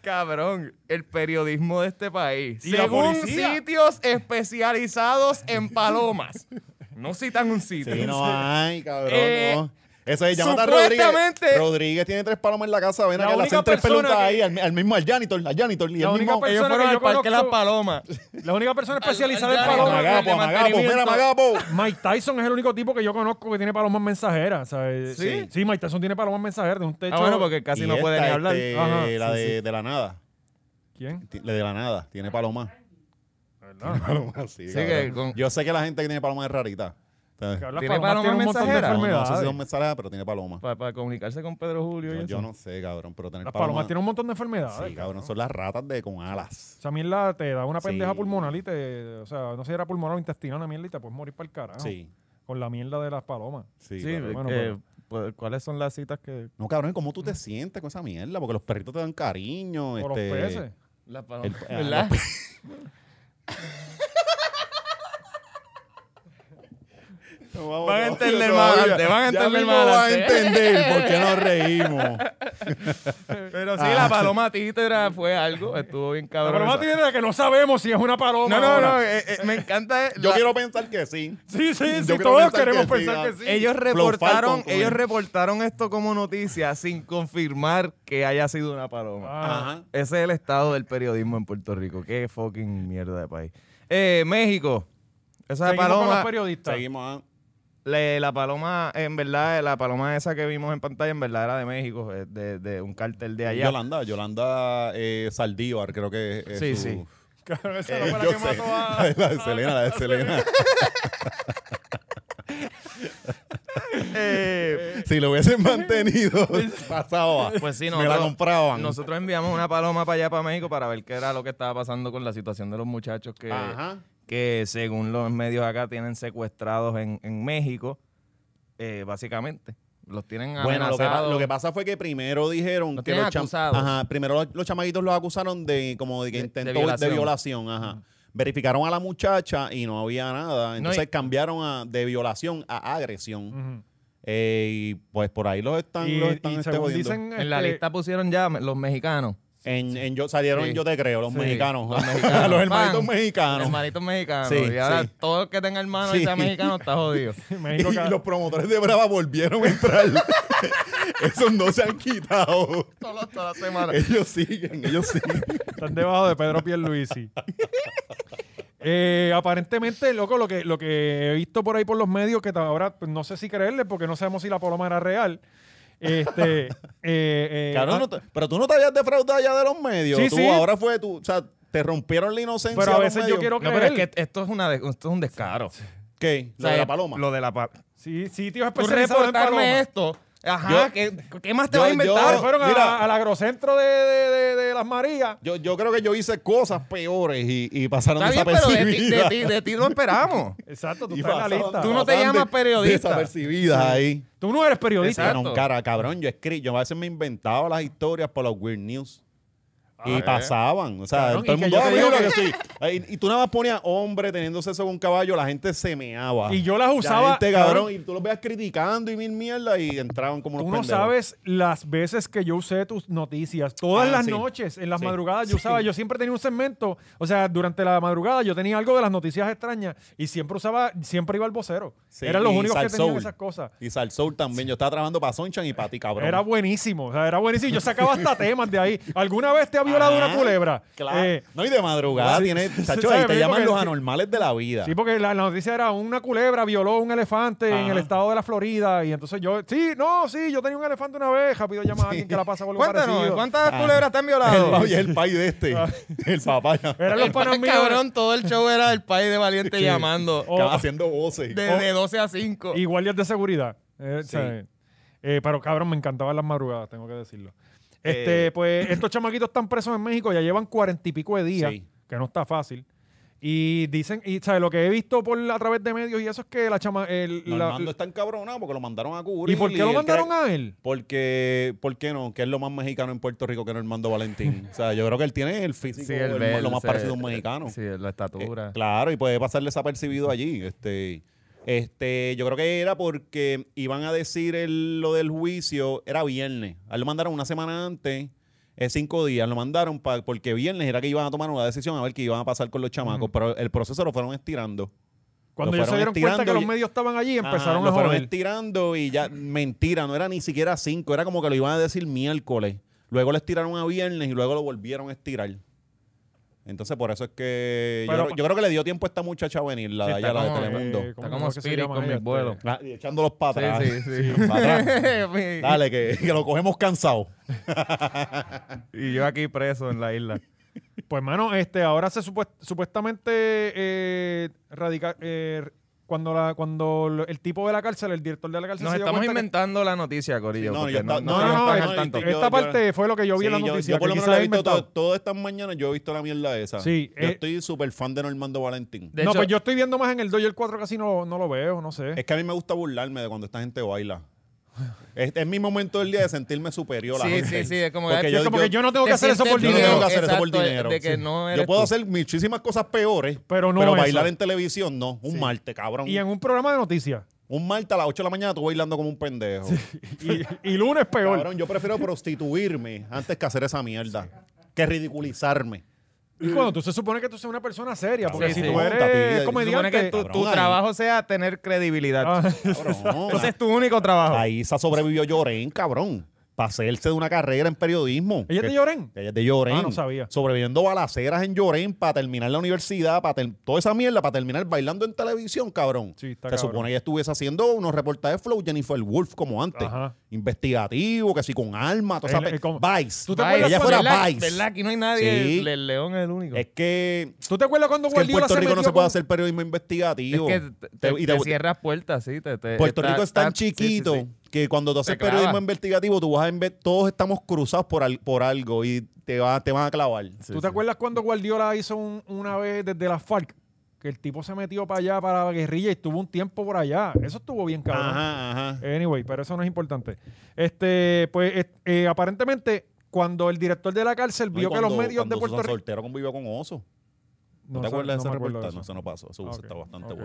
cabrón, el periodismo de este país.
Y la
según
policía.
sitios especializados en palomas. No citan un sitio.
Sí, no hay, cabrón.
Eh,
no. Eso es llamar a Rodríguez.
Supuestamente-
Rodríguez tiene tres palomas en la casa. Ven
La
acá, le
única
hacen tres
persona que-
preguntas ahí al, al mismo, al janitor, al janitor. Y
La
el
única
mismo... eh,
persona
Ellos fueron
que yo
al parque Las
conozco-
Palomas.
La única persona especializada
al-
en
al-
palomas.
al-
Magapo,
el
Magapo, mira
mantenimiento.
Magapo.
Mike Tyson es el único tipo que yo conozco que tiene palomas mensajeras. ¿sabes?
¿Sí?
sí, Mike Tyson tiene palomas mensajeras de un techo.
Ah, bueno, porque casi
Y
no
esta,
puede ni hablar.
este,
Ajá,
la
sí,
de, de la nada.
¿Quién?
Ti- La de la nada. Tiene palomas.
¿Verdad?
Palomas, sí,
Sí,
cabrón.
que con-
Yo sé que la gente que tiene palomas es rarita.
Que
Entonces,
hablas
¿Tiene
palomas,
palomas
tiene un montón de
mensajeras?
No, no sé si
enfermedades.
son mensajes, pero tiene palomas.
Para, comunicarse con Pedro Julio y
Yo,
eso.
yo no sé, cabrón, pero tener
Las palomas tienen un montón de enfermedades.
Sí, cabrón, son las ratas de con alas.
O sea, mierda te da una
Sí.
pendeja pulmonar y te. O sea, no sé si era pulmonar o intestinal, una mierda y te puedes morir para el carajo.
Sí,
Con la mierda de las palomas.
sí.
Sí,
cabrón.
bueno,
eh, pues, ¿cuáles son las citas que...?
No, cabrón, ¿cómo tú te sientes con esa mierda? Porque los perritos te dan cariño.
O
este,
los peces.
Las
el-
palomas,
ah,
¿verdad?
los pe- No, vamos,
Van a
no,
entender
yo
más
todavía-
adelante, van a
ya
entender
mismo
más
van a
adelante.
entender por qué nos reímos.
Pero sí,
Ah,
la paloma títetra fue algo. Estuvo bien
La
cabrón.
paloma tiene de que no sabemos si es una paloma.
No, no,
ahora.
no. eh, eh, me encanta...
Yo
la-
quiero pensar que sí.
Sí, sí, sí.
quiero
Todos
pensar
queremos
que sí,
pensar
ah.
que sí.
Ellos
Flow
reportaron,
Falcon, como
ellos
es.
reportaron esto como noticia sin confirmar que haya sido una paloma.
Ah,
Ajá.
Ese es el estado del periodismo en Puerto Rico. Qué fucking mierda de país. Eh, México. Esa
seguimos con los
paloma,
periodistas.
Seguimos. ah.
le- la paloma, en verdad, la paloma esa que vimos en pantalla, en verdad era de México, eh, de, de un cartel de allá.
Yolanda, Yolanda eh, Saldívar, creo que es.
Sí,
su-
sí.
Cabrón, esa
Eh,
no fue la
yo
que
sé.
mató a-
La de Selena, la de Selena.
Eh,
Si lo hubiesen mantenido, pasaba.
pues sí,
Me la
nosotros-
compraban.
Nosotros enviamos una paloma para allá, para México, para ver qué era lo que estaba pasando con la situación de los muchachos que,
Ajá.
que según los medios acá tienen secuestrados en, en México, eh, básicamente. Los tienen
Bueno, lo que, pa-
amenazados.
lo que pasa fue que primero dijeron
Los
que
tienen
los cham-
acusados.
ajá, primero los, los chamaguitos los acusaron de como de que
De- de
intentó de violación,
violación.
ajá. Verificaron a la muchacha y no había nada, entonces
y-
cambiaron a- de violación a agresión.
Ujú.
Eh, y pues por ahí los están,
Y,
los están
y
este,
según
jodiendo.
dicen.
en la
este,
lista pusieron ya me- los mexicanos.
en, en yo salieron
Sí.
en yo te creo los
Sí,
mexicanos,
los
los,
mexicanos.
hermanitos
Pan. Los
mexicanos.
hermanitos mexicanos.
Sí,
y ahora
sí.
todo el que tenga hermano y
Sí.
sea mexicano está jodido.
México cada-
Y los promotores de Brava volvieron a entrar. Esos no se han quitado.
Todas toda la semana.
Ellos siguen, ellos siguen.
Eh,
Están debajo de Pedro Pierluisi. Eh, aparentemente, loco, lo que, lo que he visto por ahí por los medios, que ta- ahora pues, no sé si creerle porque no sabemos si la paloma era real. Este, eh, eh,
Claro,
ah,
no te- pero tú no te habías defraudado ya de los medios.
Sí,
tú
sí.
ahora fue tú, o sea, te rompieron la inocencia.
pero a
los
veces yo
medios.
quiero
No,
creer.
pero es que esto es, una de- esto es un descaro.
¿Qué?
O
Lo
sea,
de la paloma. Pues
Lo de la paloma.
Sí, sitios
Tú
especializados en
reportarme
palomas.
esto. Ajá,
Yo-
¿qué, qué más te
yo-
vas a inventar?
yo-
Fueron a-
Mira.
al agrocentro de, de- de- de Las Marías.
yo, yo creo que yo hice cosas peores y, y pasaron
Está bien, pero de ti, de
desapercibidas.
ti, de ti lo esperamos.
Exacto, tú
Y
estás en la
pasaron-
lista.
Tú no te
pasaron
llamas
de-
periodista.
Desapercibidas ahí.
Tú no eres periodista.
Exacto.
Bueno, un cara, cabrón, yo escribí, yo a veces me inventaba las historias por los Weird News. Y pasaban, o sea,
Cabrón,
todo el
Ah, eh. y que
mundo
yo te
"Ah, mira
digo
que sí". Ay, Y, tú nada más ponías hombre teniendo sexo con un caballo, la gente se meaba.
Y yo las
La
usaba,
gente,
cabrón.
cabrón, y tú los veas criticando y mil mierda y entraban como
Tú
unos
no
pendejos.
sabes las veces que yo usé tus noticias. Todas
Ah,
las
sí.
noches, en las
Sí.
madrugadas, yo usaba, yo siempre tenía un segmento. O sea, durante la madrugada yo tenía algo de las noticias extrañas y siempre usaba, siempre iba al vocero.
Sí,
Eran los
y
únicos que
Sal
tenían
Soul.
esas cosas.
Y Salsoul también. Yo estaba trabajando para Sonchan y para ti, cabrón.
Era buenísimo, o sea, era buenísimo. Yo sacaba hasta temas de ahí. ¿Alguna vez te ha violado
Ajá,
una culebra?
Ah, Claro.
Eh,
no, y de madrugada
sí.
tiene.
Sí,
Chacho,
sabe,
ahí te
porque-
llaman los
sí.
anormales de la vida.
Sí, porque la, la noticia era una culebra violó un elefante en
Ajá.
el estado de la Florida y entonces yo, sí, no, sí, yo tenía un elefante una vez, rápido llama a alguien que la pasa por algo
Cuéntanos,
parecido.
¿cuántas
Ah.
culebras te han
el,
violado?
papi- el país de este. el papá.
Eran los panas míos.
Cabrón, todo el show era el país de Valiente llamando.
Oh,
O-
haciendo voces.
De, de 12 a 5.
Y guardias de seguridad. Eh, ¿sabes? Eh, pero cabrón, me encantaban las madrugadas, tengo que decirlo. Este,
Eh.
pues estos chamaquitos están presos en México, ya llevan cuarenta y pico de días,
Sí.
que no está fácil. Y dicen, y ¿sabes? lo que he visto por la- a través de medios y eso es que la chama. el- la-
Normando está encabronado porque lo mandaron a cubrir.
¿Y por qué lo
él
mandaron
cree-
a él?
Porque, ¿por qué no? Que es lo más mexicano en Puerto Rico que Normando Valentín. o sea, yo creo que él tiene el físico, el ma- lo más parecido a un mexicano.
Sí, la
Eh,
estatura.
claro, y puede pasarle desapercibido allí. Este, este, yo creo que era porque iban a decir el- lo del juicio, era viernes. A él lo mandaron una semana antes, eh, cinco días, lo mandaron pa- porque viernes era que iban a tomar una decisión a ver qué iban a pasar con los chamacos, pero el proceso lo fueron estirando.
Cuando
Lo
ellos se
fueron
dieron cuenta que
estirando
los
y-
medios estaban allí,
Ajá,
empezaron
lo
a
fueron
joder.
estirando y ya, mentira, no era ni siquiera cinco, era como que lo iban a decir miércoles. Luego lo estiraron a viernes y luego lo volvieron a estirar. Entonces, por eso es que. yo
Pero- pues
creo- yo, creo que le dio tiempo a esta muchacha a venir, la,
Sí,
de
está
allá, la de
como,
Telemundo.
eh,
Está
¿cómo
como
es que se
Spirit
llama
con
ella?
mis vuelos.
Ah, y echándolos para atrás.
Sí, sí, sí.
Para atrás. Dale, que, que lo cogemos cansado.
y yo aquí preso en la isla.
Pues, mano, este, ahora se supuest- supuestamente eh, radica- eh, cuando, la, cuando lo- el tipo de la cárcel, el director de la cárcel,
Nos
se dio
estamos
cuenta que-
inventando la noticia, Corillo.
Sí, no,
porque
yo
no,
estaba-
no,
No, no,
estamos
no,
al
el-
tanto.
yo-
esta
yo-
parte fue lo que yo vi
Sí,
en la
yo-
noticia.
Yo, por lo
que
menos
quizás
la he visto
inventado.
todo- todas estas mañanas, yo he visto la mierda esa.
Sí,
yo
eh,
estoy súper fan de Normando Valentín.
De
no,
hecho-
pues yo estoy viendo más en el 2 y el 4 casi no, no lo veo, no sé.
Es que a mí me gusta burlarme de cuando esta gente baila. Es, es mi momento del día de sentirme superior a la
Sí,
gente.
sí, sí, es como que-
Porque
es
yo,
como
yo-
que yo no tengo que
te
hacer eso por
yo no
sientes
dinero.
tengo que hacer eso
Exacto,
por
de-
dinero.
de que
sí.
no
yo
eres
puedo
tú.
hacer muchísimas cosas peores,
Pero no eso.
bailar en televisión no. Un martes, cabrón.
Y en un programa de noticias.
Un martes a las 8 de la mañana tú bailando como un pendejo.
Y, y lunes peor.
Cabrón, yo prefiero prostituirme antes que hacer esa mierda. Que ridiculizarme.
Y cuando tú se supone que tú seas una persona seria, porque
Sí,
si
sí.
tú
Monta,
eres
pide.
Se supone que
comediante.
tu, tu
Cabrón, ahí.
trabajo sea tener credibilidad.
Ah,
Cabrón.
Ese es tu único trabajo.
Ahí se sobrevivió Llorén, cabrón. Para hacerse de una carrera en periodismo.
¿Ella te
Que-
lloren?
Ella es de Llorén.
Ah, no sabía.
Sobreviviendo balaceras en Llorén para terminar la universidad, para ter- toda esa mierda, para terminar bailando en televisión, cabrón.
Sí, está
Se
cabrón.
supone que ella estuviese haciendo unos reportajes flow Jennifer Wolf como antes.
Ajá.
Investigativo, que sí, con alma, toda esa
El-
pe-
el como-
Vice.
¿Tú te
Vice,
acuerdas
ella
cuando-
fuera
¿verdad?
Vice.
¿Verdad? Aquí no hay nadie.
Sí.
El, el león es el único.
Es que,
¿Tú te acuerdas cuando
es que en
Guardiola
Puerto
se
Rico no
metió
se puede
con-
hacer periodismo
Es
investigativo.
que te,
Te-
te-
y
te cierras puertas, sí. te- te-
Puerto
está-
Rico es tan
está- sí, sí,
chiquito
sí.
que cuando tú haces
Te clava.
periodismo investigativo, tú vas a ver, todos estamos cruzados por, al- por algo y te, va, te van a clavar.
¿Tú te acuerdas cuando Guardiola hizo un- una vez desde la FARC? Que el tipo se metió para allá, para la guerrilla, y estuvo un tiempo por allá. Eso estuvo bien cabrón.
Ajá, ajá.
Anyway, pero eso no es importante. Este, pues, est- eh, aparentemente, cuando el director de la cárcel
No, y
vio que los
cuando-
medios de
cuando
Puerto
Susan
Rico.
Soltero convivió con Oso.
sé,
¿No, te acuerdas
no
de
me
ese
acuerdo de
reportaje? No,
eso.
eso no pasó. Eso
Ah, ok,
está bastante
ok.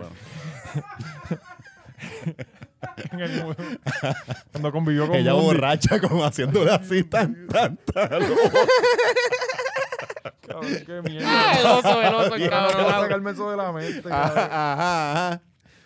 bueno.
En el- cuando convivió con
Ella
Bundy.
borracha como haciéndole así tan, tan, tan.
Cabrón, qué
Ah,
mierda.
el oso, el oso,
Yo
el
no puedo
cabrón. Ah.
sacarme eso de la mente, cabrón.
Ajá, ajá.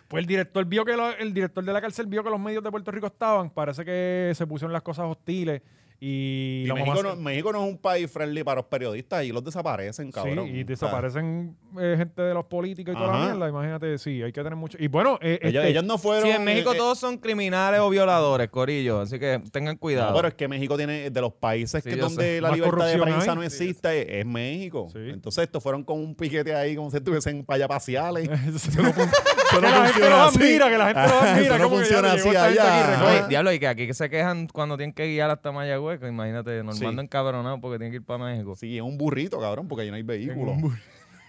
Pues el director vio que lo- el director de la cárcel vio que los medios de Puerto Rico estaban. Parece que se pusieron las cosas hostiles y,
Y
la mamá
México,
se-
no, México no es un país friendly para los periodistas y los desaparecen,
Sí,
cabrón.
y
O sea,
desaparecen eh, gente de los políticos y toda la
Ajá.
mierda. Imagínate, sí, hay que tener mucho. Y bueno, eh,
ellos,
este-
ellos no fueron.
Sí, en México
eh, eh,
todos son criminales o violadores, Corillo. Así que tengan
No,
cuidado.
pero es que México tiene, de los países
Sí,
que
yo
donde
sé.
la
Más
libertad de
corrupción
prensa
hay.
no
Sí,
existe, es México.
Sí.
Entonces estos fueron con un piquete ahí, como si estuviesen para allá ¿eh? paseales.
Eso no fun- que la gente
funciona
los
así.
admira, que la gente los
Ajá,
admira.
eso no
como que ya
funciona
llegó
así
esta gente
allá.
aquí,
No,
recoge-
Ajá.
y diablo, y que aquí se quejan cuando tienen que guiar hasta Mayagüez. que Imagínate, Normando encabronado porque tiene que ir para México.
Sí, es un burrito, cabrón, porque ahí no hay vehículo.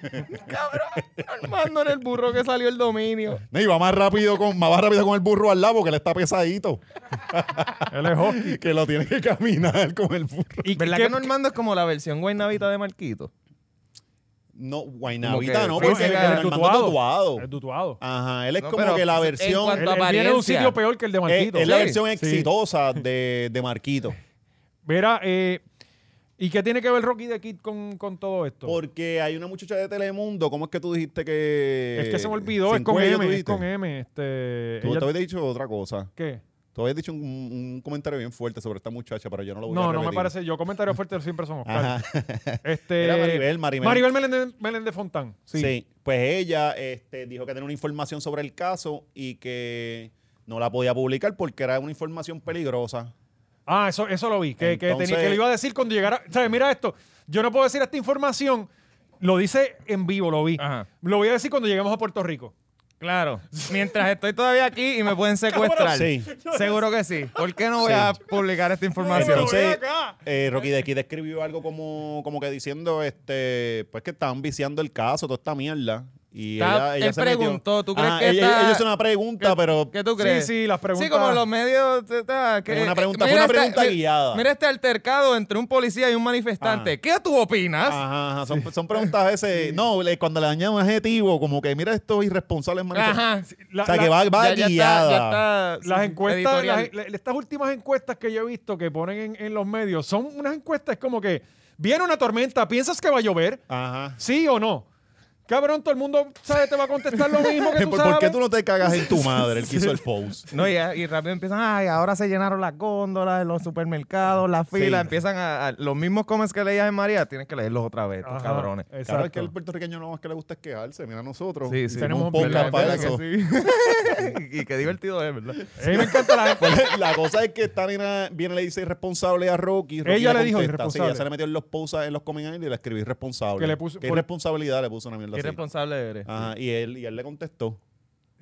Cabrón, Normando en el burro que salió el dominio.
No, y va más rápido con, más va rápido con el burro al lado porque él está pesadito.
Él es hot.
que lo tiene que caminar con el burro.
¿Y
¿Verdad
qué-
que Normando es como la versión guaynavita de Marquito?
No, Guaynavita no,
Como que
porque
fue-
él
es
es
dutuado.
dutuado.
Es dutuado.
Ajá, él es
No,
como
pero
que la
en
versión.
cuanto
Él,
Tu
él viene de un
apariencia.
sitio peor que el de
Es,
Marquito.
Eh, es la
Sí.
versión
Sí.
exitosa de, de Marquito.
Mira, eh, ¿y qué tiene que ver Rocky de Kid con, con todo esto?
Porque hay una muchacha de Telemundo. ¿Cómo es que tú dijiste que.?
es que se me olvidó, es
sin
con M,
cuello, tú
es con
dijiste?
M. Este,
Tú
ella-
te habías dicho otra cosa.
¿Qué?
Tú habías dicho un, un comentario bien fuerte sobre esta muchacha, pero yo no lo voy a
No, no
repetir.
me parece. Yo comentarios fuertes siempre son Oscar.
Ajá.
Este,
Era Maribel, Maribel.
Maribel Meléndez, Meléndez Fontán. Sí.
Sí. Pues ella este, dijo que tenía una información sobre el caso y que no la podía publicar porque era una información peligrosa.
Ah, eso, eso lo vi. Que, que
Entonces-
tenía, que le iba a decir cuando llegara. ¿Sabes? Mira esto. Yo no puedo decir esta información. Lo dice en vivo, lo vi.
Ajá.
Lo voy a decir cuando lleguemos a Puerto Rico.
Claro. Mientras estoy todavía aquí y me pueden secuestrar.
Sí.
Seguro que sí. ¿Por qué no voy
Sí.
a publicar esta información?
Entonces, eh, Rocky de Kid escribió algo como, como que diciendo este, pues que estaban viciando el caso, toda esta mierda. Y
Está-
ella, ella
él
se metió.
preguntó, ¿tú crees
Ajá,
que
ella,
está-
ella hizo una pregunta, pero
¿Qué tú
Sí,
crees?
sí, las
Sí,
preguntas-
como los medios. ta, ta, que-
Es una pregunta-
eh,
fue una
mira
pregunta
mi-
guiada.
Mira este altercado entre un policía y un manifestante.
Ajá.
¿Qué tú opinas?
Ajá, ajá, son, son preguntas a veces. No, le- cuando le dañan un adjetivo, como que mira estos irresponsables manifestantes.
Ajá.
La-
O sea,
la-
que va,
Ya-
va
ya está-
guiada.
ya está,
Las
sí,
encuestas,
editorial.
las- la- estas últimas encuestas que yo he visto que ponen en, en los medios, son
Ah.
unas encuestas como que viene una tormenta, ¿piensas que va a llover?
Ajá.
¿Sí o no? Cabrón, todo el mundo sabe, te va a contestar lo mismo que tú
¿Por,
sabes.
por qué tú no te cagas en tu madre, el que hizo el post?
No, y, y rápido empiezan, ay, ahora se llenaron las góndolas, los supermercados, las filas,
Sí.
empiezan a, a- Los mismos comments que leías en María, tienes que leerlos otra vez, estos
Ajá,
cabrones.
Claro, es
Exacto.
que al puertorriqueño no más que le gusta es quejarse. Mira a nosotros.
Sí, sí.
Tenemos un
¿Verdad?
podcast para
¿Verdad
eso.
que sí? y qué divertido es, ¿verdad?
A mí me encanta la gente.
Pues, La cosa es que esta nena viene y le dice irresponsable a Rocky. Rocky
Ella le dijo
contesta, sí,
irresponsable.
ella se le metió en los posts, en los coming out y le escribió irresponsable.
Que le puso-
¿Qué
por-
irresponsabilidad le puso una mierda
Qué
así?
responsable eres.
Ajá, y él, y él le contestó.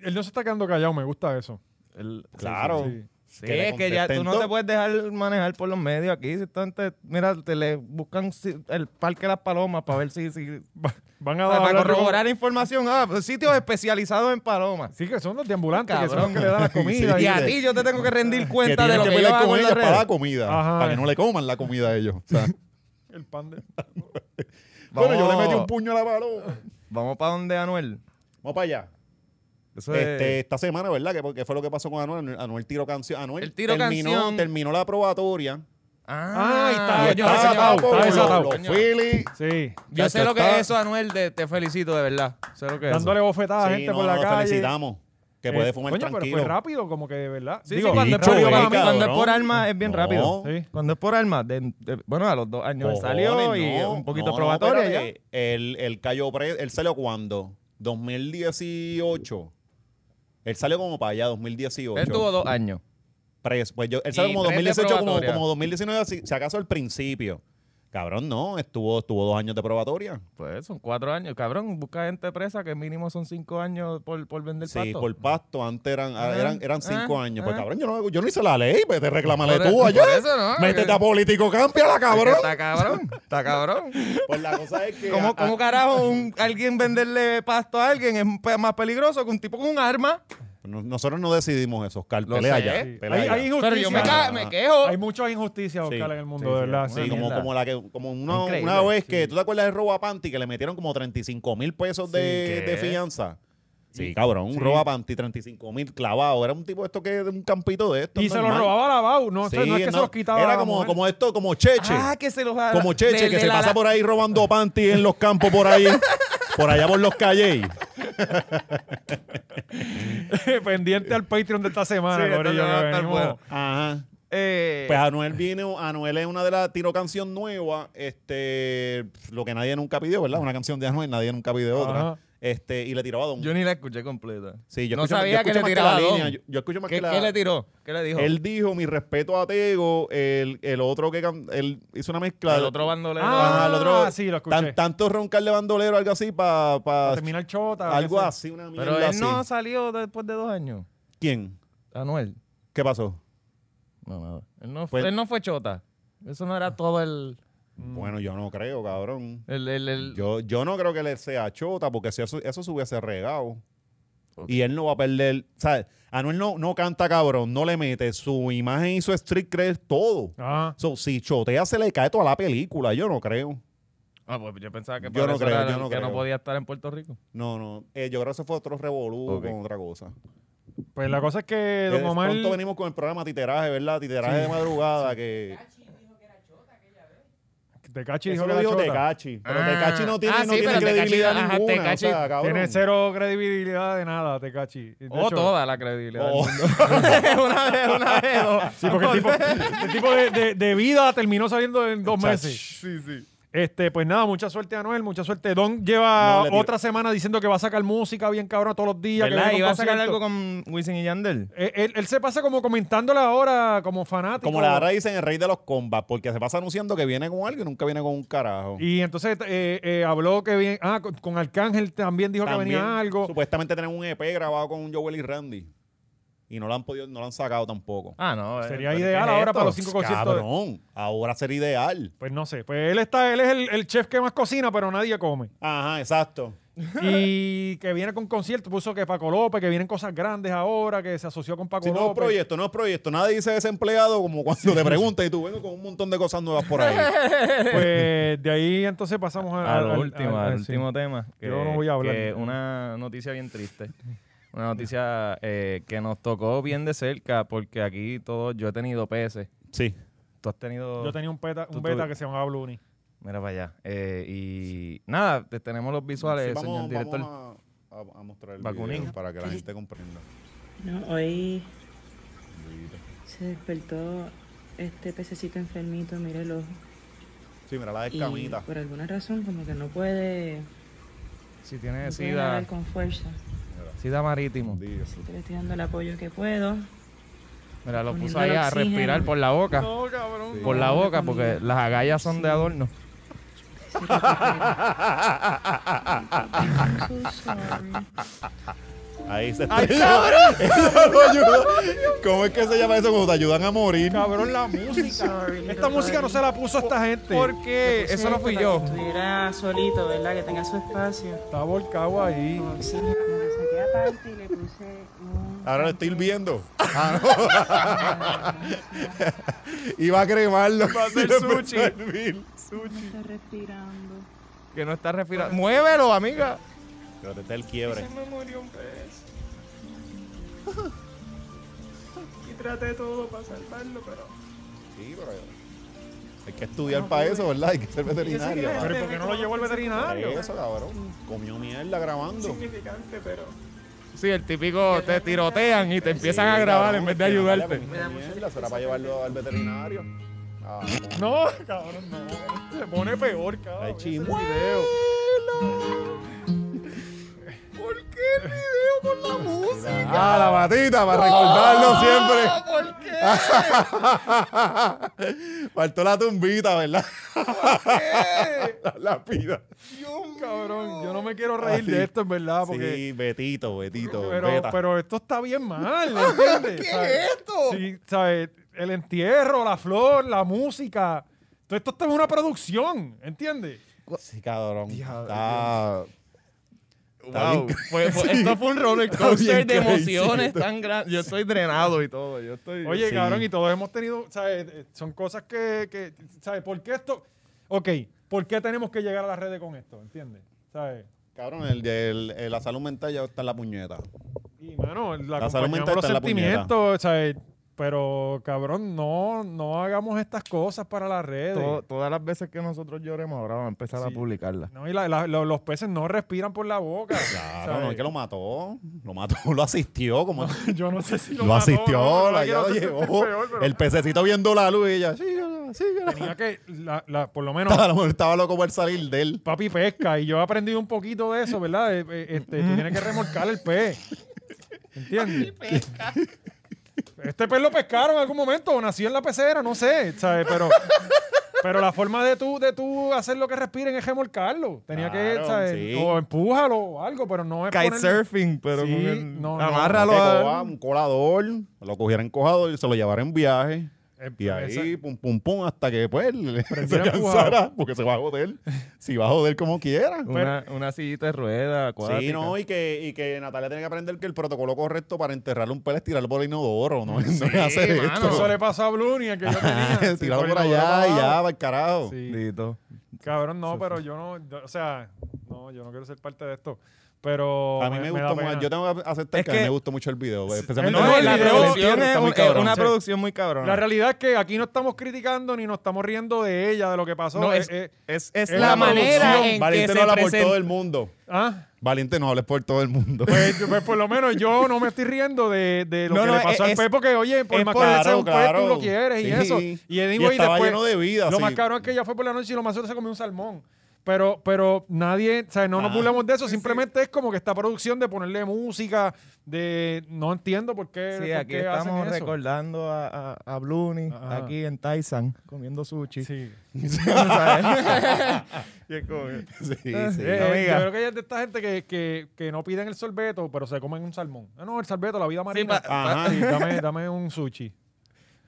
Él no se está quedando callado, me gusta eso.
El-
Claro.
sí.
Sí,
Que le
es que ya tú
contesten
no
todo.
te puedes dejar manejar por los medios aquí. Si tú te- mira, te le buscan si- el Parque de las Palomas para ver si... si
Va- Van a
para
hablar con-
corroborar información. Ah, pues, sitios especializados en palomas.
Sí, que son los de ambulantes, que son
Cabrón.
los que le dan la comida.
Sí,
Y
y-
a ti yo te tengo que rendir
Que
cuenta de
tienen
lo
que
que, yo
pelear
hago
con
en
ella
las
para
redes.
la comida.
Ajá.
Para que no le coman la comida a ellos. O sea,
El pan de...
bueno, yo le
Vamos.
metí un puño a la paloma.
Vamos para donde Anuel.
Vamos para allá.
Eso
Pues-
Este,
es...
esta semana, ¿verdad? Que porque fue lo que pasó con Anuel. Anuel tiró canción. Anuel
El tiro
terminó,
canción.
terminó la probatoria.
Ah, ahí está,
yo-
ahí
Y
está
yo-
desatado,
loco,
está
los-
desatado.
los
Coño.
Phillies.
Sí.
Yo sé
Chacho,
lo que
está-
es eso, Anuel. Te, te felicito, de verdad. Sé lo que es eso.
Dándole bofetadas a
Sí,
gente
no,
por la
no, lo
calle.
felicitamos. Que
Eh,
puede fumar
coño, pero
tranquilo.
fue rápido, como que de verdad.
Sí,
Digo,
sí, cuando,
y
es
dicho
por,
rápido
es,
para mí.
cabrón.
cuando es por alma es bien
No.
rápido.
Sí.
Cuando es por alma, de- de- bueno, a los dos años él salió
Cojones,
y
no,
un poquito
no, no,
probatoria ya.
espérate. Él, él cayó preso. Él salió cuando? 2018. Él salió como para allá, 2018.
Él tuvo dos años.
Preso. Pues yo, él
Y
salió como
tres de
2018, como,
probatoria.
como 2019, si, si acaso al principio. Cabrón, no, estuvo, estuvo dos años de probatoria.
Pues son cuatro años. Cabrón, busca gente presa que mínimo son cinco años por, por vender
Sí,
pasto.
por pasto, antes eran, eran, eran cinco
ah,
años. Pues
ah.
cabrón, yo no, yo no hice la ley, pues te reclamale
Por-
tú
por
allá.
eso, ¿no?
Métete
Porque-
a político, cámpiala,
Porque
cabrón.
Está cabrón, está cabrón.
Pues la cosa es que.
¿Cómo,
a-
cómo carajo un- alguien venderle pasto a alguien es pe- más peligroso que un tipo con un arma?
No- Nosotros no decidimos eso, Oscar.
Lo
Pelea
sé.
ya.
Sí.
pelea
Hay,
ya.
hay
Pero
injusticias.
yo me, ca- me quejo.
Hay muchas injusticias,
Sí,
Oscar, en el mundo,
sí,
de
sí,
verdad.
Sí,
Sí,
como,
mierda.
como la que, como una,
Increíble,
una vez
sí.
que tú te acuerdas de Roba Panty que le metieron como 35 mil pesos de,
¿qué?
de fianza. Sí, cabrón, un Roba Panty, 35 mil clavado. Era un tipo esto que de un campito de esto.
Y se lo
normal.
robaba la BAU. No, o sea,
Sí,
no es que se
no,
los quitaba.
Era
la
como,
mujer.
como esto, como Cheche.
Ah, que se los
como Cheche,
de-
que
de
se
la-
pasa por ahí robando panty en los campos por ahí. por allá por los calles.
Pendiente al Patreon de esta semana,
Sí, esta
Corillo,
semana
que
va a estar
venimos.
buena.
Ajá.
Eh,
Pues Anuel vino, Anuel es una de las, tiró canción nueva, este, lo que nadie nunca pidió, ¿verdad? Una canción de Anuel, nadie nunca
Ajá.
pidió otra. Este, y le tiró a Don.
yo ni la escuché completa.
sí, yo
no
escucho más- yo
sabía que
escucho
le
más
tiraba
la
a Don.
línea, yo, yo escucho más
¿Qué,
que la...
qué le tiró? ¿Qué le dijo?
Él dijo, mi respeto a Tego, el, el otro que, can- él hizo una mezcla.
El
de-
otro bandolero.
Ah,
Ajá, el otro.
sí, lo escuché.
tanto roncarle bandolero, algo así, para...
Para terminar chota.
algo
qué sé.
así, una mierda
Pero él
así.
no salió después de dos años.
¿Quién?
Anuel.
¿Qué pasó?
No, nada. Él no,
Pues- ah.
él no fue chota. Eso no era todo el...
Bueno, yo no creo, cabrón.
el, el, el-
Yo, yo no creo que le sea chota, porque si eso, eso se hubiese regado. Y él no va a perder. ¿Sabes? Anuel no, no canta cabrón, no le mete su imagen y su street cred todo.
Ajá.
So, si chotea, se le cae toda la película. Yo no creo.
Ah, pues yo pensaba que
Yo
por
no
eso
creo,
era
yo no
que no
creo.
podía estar en Puerto Rico.
No, no. Eh, yo creo que eso fue otro revolú
Ok.
con otra cosa.
Pues la cosa es que
Eh,
Don Omar.
Pronto venimos con el programa Titeraje, ¿verdad? Titeraje de madrugada. Que...
Tecachi dijo
Eso
que
lo
era
dijo
chota.
Tecachi. Pero
Ah.
Tecachi no tiene,
Ah,
no
sí,
tiene
pero Tecachi-
credibilidad
ajá,
ninguna. o
Tecachi
sea, cabrón.
Tiene cero credibilidad de nada, Tecachi. De
O
hecho-
Oh, toda la credibilidad.
Oh.
del mundo. una vez, una vez. dos.
Sí, porque el tipo, el tipo de, de- de vida terminó saliendo en dos meses.
Sí, sí.
Este, pues nada, mucha suerte a Noel, mucha suerte. Don lleva
No, le tiró-
otra semana diciendo que va a sacar música bien cabrón todos los días. que
¿Verdad?
viene
Iba
con
a sacar
conciertos.
algo con Wisin y Yandel.
Eh, Él, él se pasa como comentándola ahora como fanático.
Como la ahora dicen el rey de los combats, porque se pasa anunciando que viene con algo y nunca viene con un carajo.
Y entonces eh, eh, habló que bien, ah, con, con Arcángel también dijo que
También,
venía algo.
Supuestamente tienen un EP grabado con Joel y Randy. Y no lo han podido, no lo han sacado tampoco.
Ah, no. eh,
Sería
pero
ideal
¿qué es
ahora
esto?
para los cinco conciertos. de-
Cabrón, ahora sería ideal.
Pues no sé, pues él está, él es el, el chef que más cocina, pero nadie come.
Ajá, exacto.
Y que viene con conciertos, puso que Paco López, que vienen cosas grandes ahora, que se asoció con Paco
Si no es
López.
proyecto, no es proyecto. Nadie dice desempleado como cuando te preguntan y tú vengo con un montón de cosas nuevas por ahí.
Pues de ahí entonces pasamos a-
A
al- al-
lo último,
al-
al
al-
último
sí.
tema. Que,
Yo no voy a hablar.
que una noticia bien triste. Una noticia eh, que nos tocó bien de cerca porque aquí todos, yo he tenido peces.
sí.
Tú has tenido...
Yo tenía un, peta,
Tú-
un beta
tú-
que se llamaba Bluni.
Mira para allá. Eh, y nada, te- tenemos los visuales,
Sí,
señor
vamos,
director.
vamos a, a- a mostrar el
Vacunín.
video para que la gente comprenda.
No, hoy se despertó este pececito enfermito, mire el ojo.
Sí, mira la
Y
descamita.
por alguna razón como que no puede,
Si tienes
no puede nadar
sida,
con fuerza.
sida marítimo.
Dios.
Así que le estoy dando el apoyo que puedo.
Mira, lo puso
Poniéndole
ahí a
oxígeno.
respirar por la boca.
No, cabrón.
Sí.
Por la
Dándole
boca, porque
comida.
las agallas son de
Sí.
adorno.
Sí, recupero. I'm so sorry.
Ahí se está. Eso lo ayudó. ¿Cómo es que se llama eso? Cuando te ayudan a morir.
Cabrón, la música.
Sorry,
Esta música no se la puso a esta gente.
Porque Eh, eso no fui
para
yo.
Que estuviera solito, ¿verdad? Que tenga su espacio.
Está volcado ahí.
Pues
Como oxígeno.
Lo saqué aparte y le puse un...
Ahora lo estoy hirviendo. Ah, Iba a cremarlo.
Va a hacer
Y lo empezó
sushi.
a hervir.
Está respirando.
Que no está respirando. ¡Muévelo, amiga!
Pero te está el quiebre. Sí, pero hay que estudiar para eso, ¿verdad? Hay que ser veterinario.
Pero ¿y ¿por qué no lo llevó al veterinario?
Eso, cabrón. Comió mierda grabando.
Sí, el típico te tirotean y te empiezan a
Sí,
grabar
cabrón,
en vez de
que no vaya
ayudarte.
comiendo mierda, será para llevarlo al veterinario. Ah,
No, cabrón, no. Se pone peor, cabrón.
Ay,
Ese es el
chimuelo.
video.
Ah, la batita, para recordarlo siempre. Faltó la tumbita, ¿verdad? la lápida.
Cabrón, yo no me quiero reír
Ay.
de esto, en verdad, porque...
Ah, Sí, Betito, Betito.
Pero,
Beta.
pero esto está bien mal, ¿entiendes? ¿Qué es esto? Sí, ¿sabes? El entierro, la flor, la música. Todo esto está en una producción, ¿entiendes?
Sí, cabrón. Está- Está
Wow,
bien.
fue- fue-
Sí.
Esto fue un roller
Está bien
coaster de
crazy.
emociones tan grande. Yo estoy drenado y todo. Yo estoy.
Oye,
Sí.
cabrón, y todos hemos tenido, ¿sabes? Eh, Son cosas que, que, ¿sabes? ¿Por qué esto? Ok, ¿por qué tenemos que llegar a las redes con esto? ¿Entiendes? ¿Sabes?
Cabrón, el, el- el- la salud mental ya está en la puñeta.
Y, mano, la,
La salud mental
acompañamos los
está en la
sentimientos, ¿sabes? Pero, cabrón, no, no hagamos estas cosas para las redes.
To- todas las veces que nosotros lloremos, ahora vamos a empezar a
Sí.
publicarla.
No, y la- la- lo- los peces no respiran por la boca.
Claro,
¿sabes?
no es que lo mató. Lo mató, lo asistió. como
Yo no sé si
Lo,
lo, mató,
asistió,
no, no
la-
quiero
ya lo
hacer
llevó.
sentir peor, pero
El pececito viendo la luz y ella, sí, sí, sí.
Tenía que, la- la- por lo menos,
A lo mejor estaba loco por salir de él.
papi pesca y yo he aprendido un poquito de eso, ¿verdad? Eh, eh, Este, tú tienes que remolcar el pez. ¿Entiendes? Este pez lo pescaron en algún momento o nació en la pecera, no sé, ¿sabes? Pero, pero la forma de tú, de tú hacer lo que respiren es remolcarlo. Tenía que,
Claro,
¿sabes?
sí.
O empújalo o algo, pero no es ponerlo-
Kitesurfing, pero
Sí,
con el.
no, no.
amárralo
Que
a-
coja un colador, lo cogieran cojador y se lo llevaran en viaje.
Eh,
Y ahí,
esa-
pum, pum, pum, hasta que pues se
empujado.
cansara, porque se va a joder. Si va a joder como quiera.
Una, una sillita de rueda, acuática.
Sí, no, y que, y que Natalia tiene que aprender que el protocolo correcto para enterrar un pez es tirarlo por el inodoro, no, no es hacer
mano.
esto.
Eso le pasó a Blunia que yo tenía. sí,
tirarlo por
el
allá
lado
y ya,
abajo.
para el carajo.
Sí.
Dito.
Cabrón, no, pero yo no, yo- o sea, no, yo no quiero ser parte de esto. Pero
A mí me,
da
gustó mucho,
pena.
yo tengo que aceptar
Es
que, a mí
que-
me gustó mucho el video,
El
especialmente
video-
No,
el-
la
el
el-
video
producción
está
es
muy
eh, una,
cabrón.
una
Sí.
producción muy cabrona.
La realidad es que aquí no estamos criticando ni nos estamos riendo de ella, de lo que pasó.
No,
Eh,
es,
eh,
es- es
es
la,
la
manera
producción.
en que
Valiente
se
no habla por
presenta.
todo el mundo.
ah,
Valiente no hables por todo el mundo.
pues, yo- pues por lo menos yo no me estoy riendo de, de lo
No,
que
no,
le pasó
es-
al
es-
Pepe, porque oye, por
es
más
por-
que sea
claro,
un
claro.
pez, tú lo quieres
Sí.
y eso.
Y
Y, anyway,
estaba
después,
lleno de vida,
Lo
sí.
más cabrón es que ella fue por la noche y lo más seguro se comió un salmón. Pero, pero nadie, o sea, no nos
Ah.
burlamos de eso, simplemente es como que esta producción de ponerle música, de no entiendo por qué.
Sí,
por
aquí
qué hacen
estamos
eso.
recordando a, a, a Bluni,
Ajá.
aquí en Tyson, comiendo sushi.
Sí.
¿Sabes? Y es como-
Sí, sí.
ah,
Eh,
Amiga.
Yo creo que ella es de esta gente que, que, que no piden el sorbeto, pero se comen un salmón. Ah, no, el sorbeto, la vida marina.
pa-
Ajá.
Sí, dame, dame un sushi.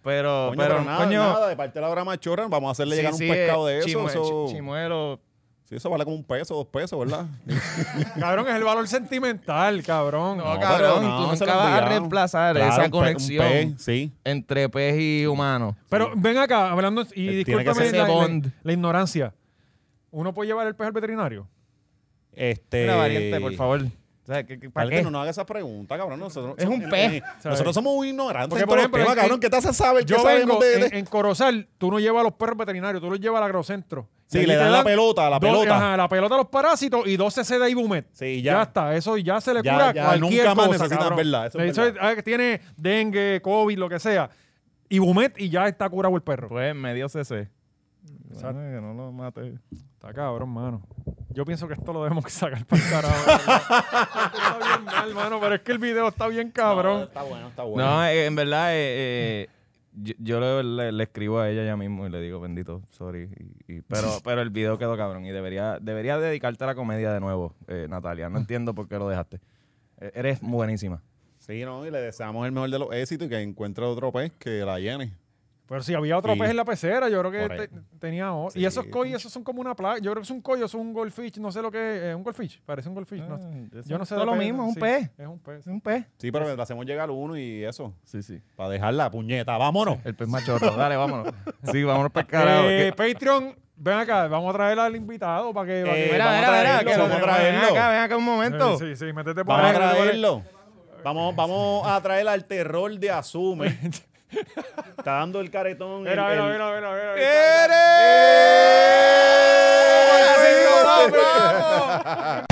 Pero,
Coño,
pero,
pero nada,
coño,
nada, de parte de la hora machorra, vamos a hacerle llegar
sí, eh,
un pescado
sí,
de eso.
chimue-
eso,
chi- chimuelo.
sí, eso vale como un peso, dos pesos, ¿verdad?
Cabrón, es el valor sentimental, cabrón.
No,
pero
cabrón,
no,
tú
se
nunca
lo
vas a
olvidaron.
reemplazar
Claro,
esa
un pe- un
conexión
pe, sí.
entre pez y humano.
Pero ven acá, hablando, y
Él tiene que
discúlpame la,
ser ese
la-
bond.
la ignorancia. ¿Uno puede llevar el pez al veterinario?
Este.
Mira, valiente, por favor. O sea, ¿qué- qué- ¿Para
Valiente,
qué?
no nos hagas esas preguntas, cabrón. Nosotros,
Es un pez.
Nosotros somos muy ignorantes.
Porque,
en
por
todos los
ejemplo,
temas,
en-
cabrón,
en-
¿qué te hace saber? ¿Qué
Yo
sabemos
vengo
de, de-
en, en Corozal, tú no llevas a los perros veterinarios, tú los llevas al agrocentro.
Sí,
Y
le
te
dan la pelota, la
dos-
pelota.
ajá, la pelota a los parásitos y 12 CC de Ibumet.
Sí, ya.
está, eso ya se le
Ya,
cura
ya,
cualquier
nunca más
cosa,
necesitan
cabrón.
verla, eso es
Eso es- ah, que tiene dengue, COVID, lo que sea. Ibumet y ya está curado el perro.
Pues medio CC. Bueno, que no lo mate.
Está cabrón, mano. Yo pienso que esto lo debemos sacar para el carajo. está bien mal, mano, pero es que el video está bien cabrón.
Está bueno, está
No, eh, en verdad, eh, eh, yo, yo le, le- le escribo a ella ya mismo y le digo, bendito, sorry. Y- y- pero, pero el video quedó cabrón y debería, debería dedicarte a la comedia de nuevo, eh, Natalia. No
Ah.
entiendo por qué lo dejaste. Eh, Eres muy buenísima.
Sí, no, y le deseamos el mejor de los éxitos y que encuentre otro pez que la llene.
Pero si había otro
Sí.
pez en la pecera, yo creo que
Por ahí.
te- tenía otro.
Sí,
y esos koi, esos son como una plaga. Yo creo que es un koi, eso es un goldfish, no sé lo que es. eh, un goldfish, parece un goldfish. no- yo no sé
Todo
de
lo
peces,
mismo, es un
sí,
pez.
Es un pez.
Es un pez.
Sí, pero le hacemos llegar uno y eso,
Sí, sí.
para dejar la puñeta. Vámonos.
El pez machorro. Dale, vámonos. Sí, vámonos para el carajo.
Eh,
que-
Patreon, ven acá, vamos a traer al invitado para que. para
Eh,
que-
Mira,
vamos a
mira, mira,
traerlo,
que-
vamos a traerlo.
Ven acá, ven acá un momento.
Sí, sí, métete por
Vamos a
ahí, métete por ahí.
traerlo. Vamos, vamos a traer al terror de Asume. Está dando el caretón.
Mira,
el-
mira, mira,
el-
mira, mira.
¡Eres!
¡Así, cabrón, bravo!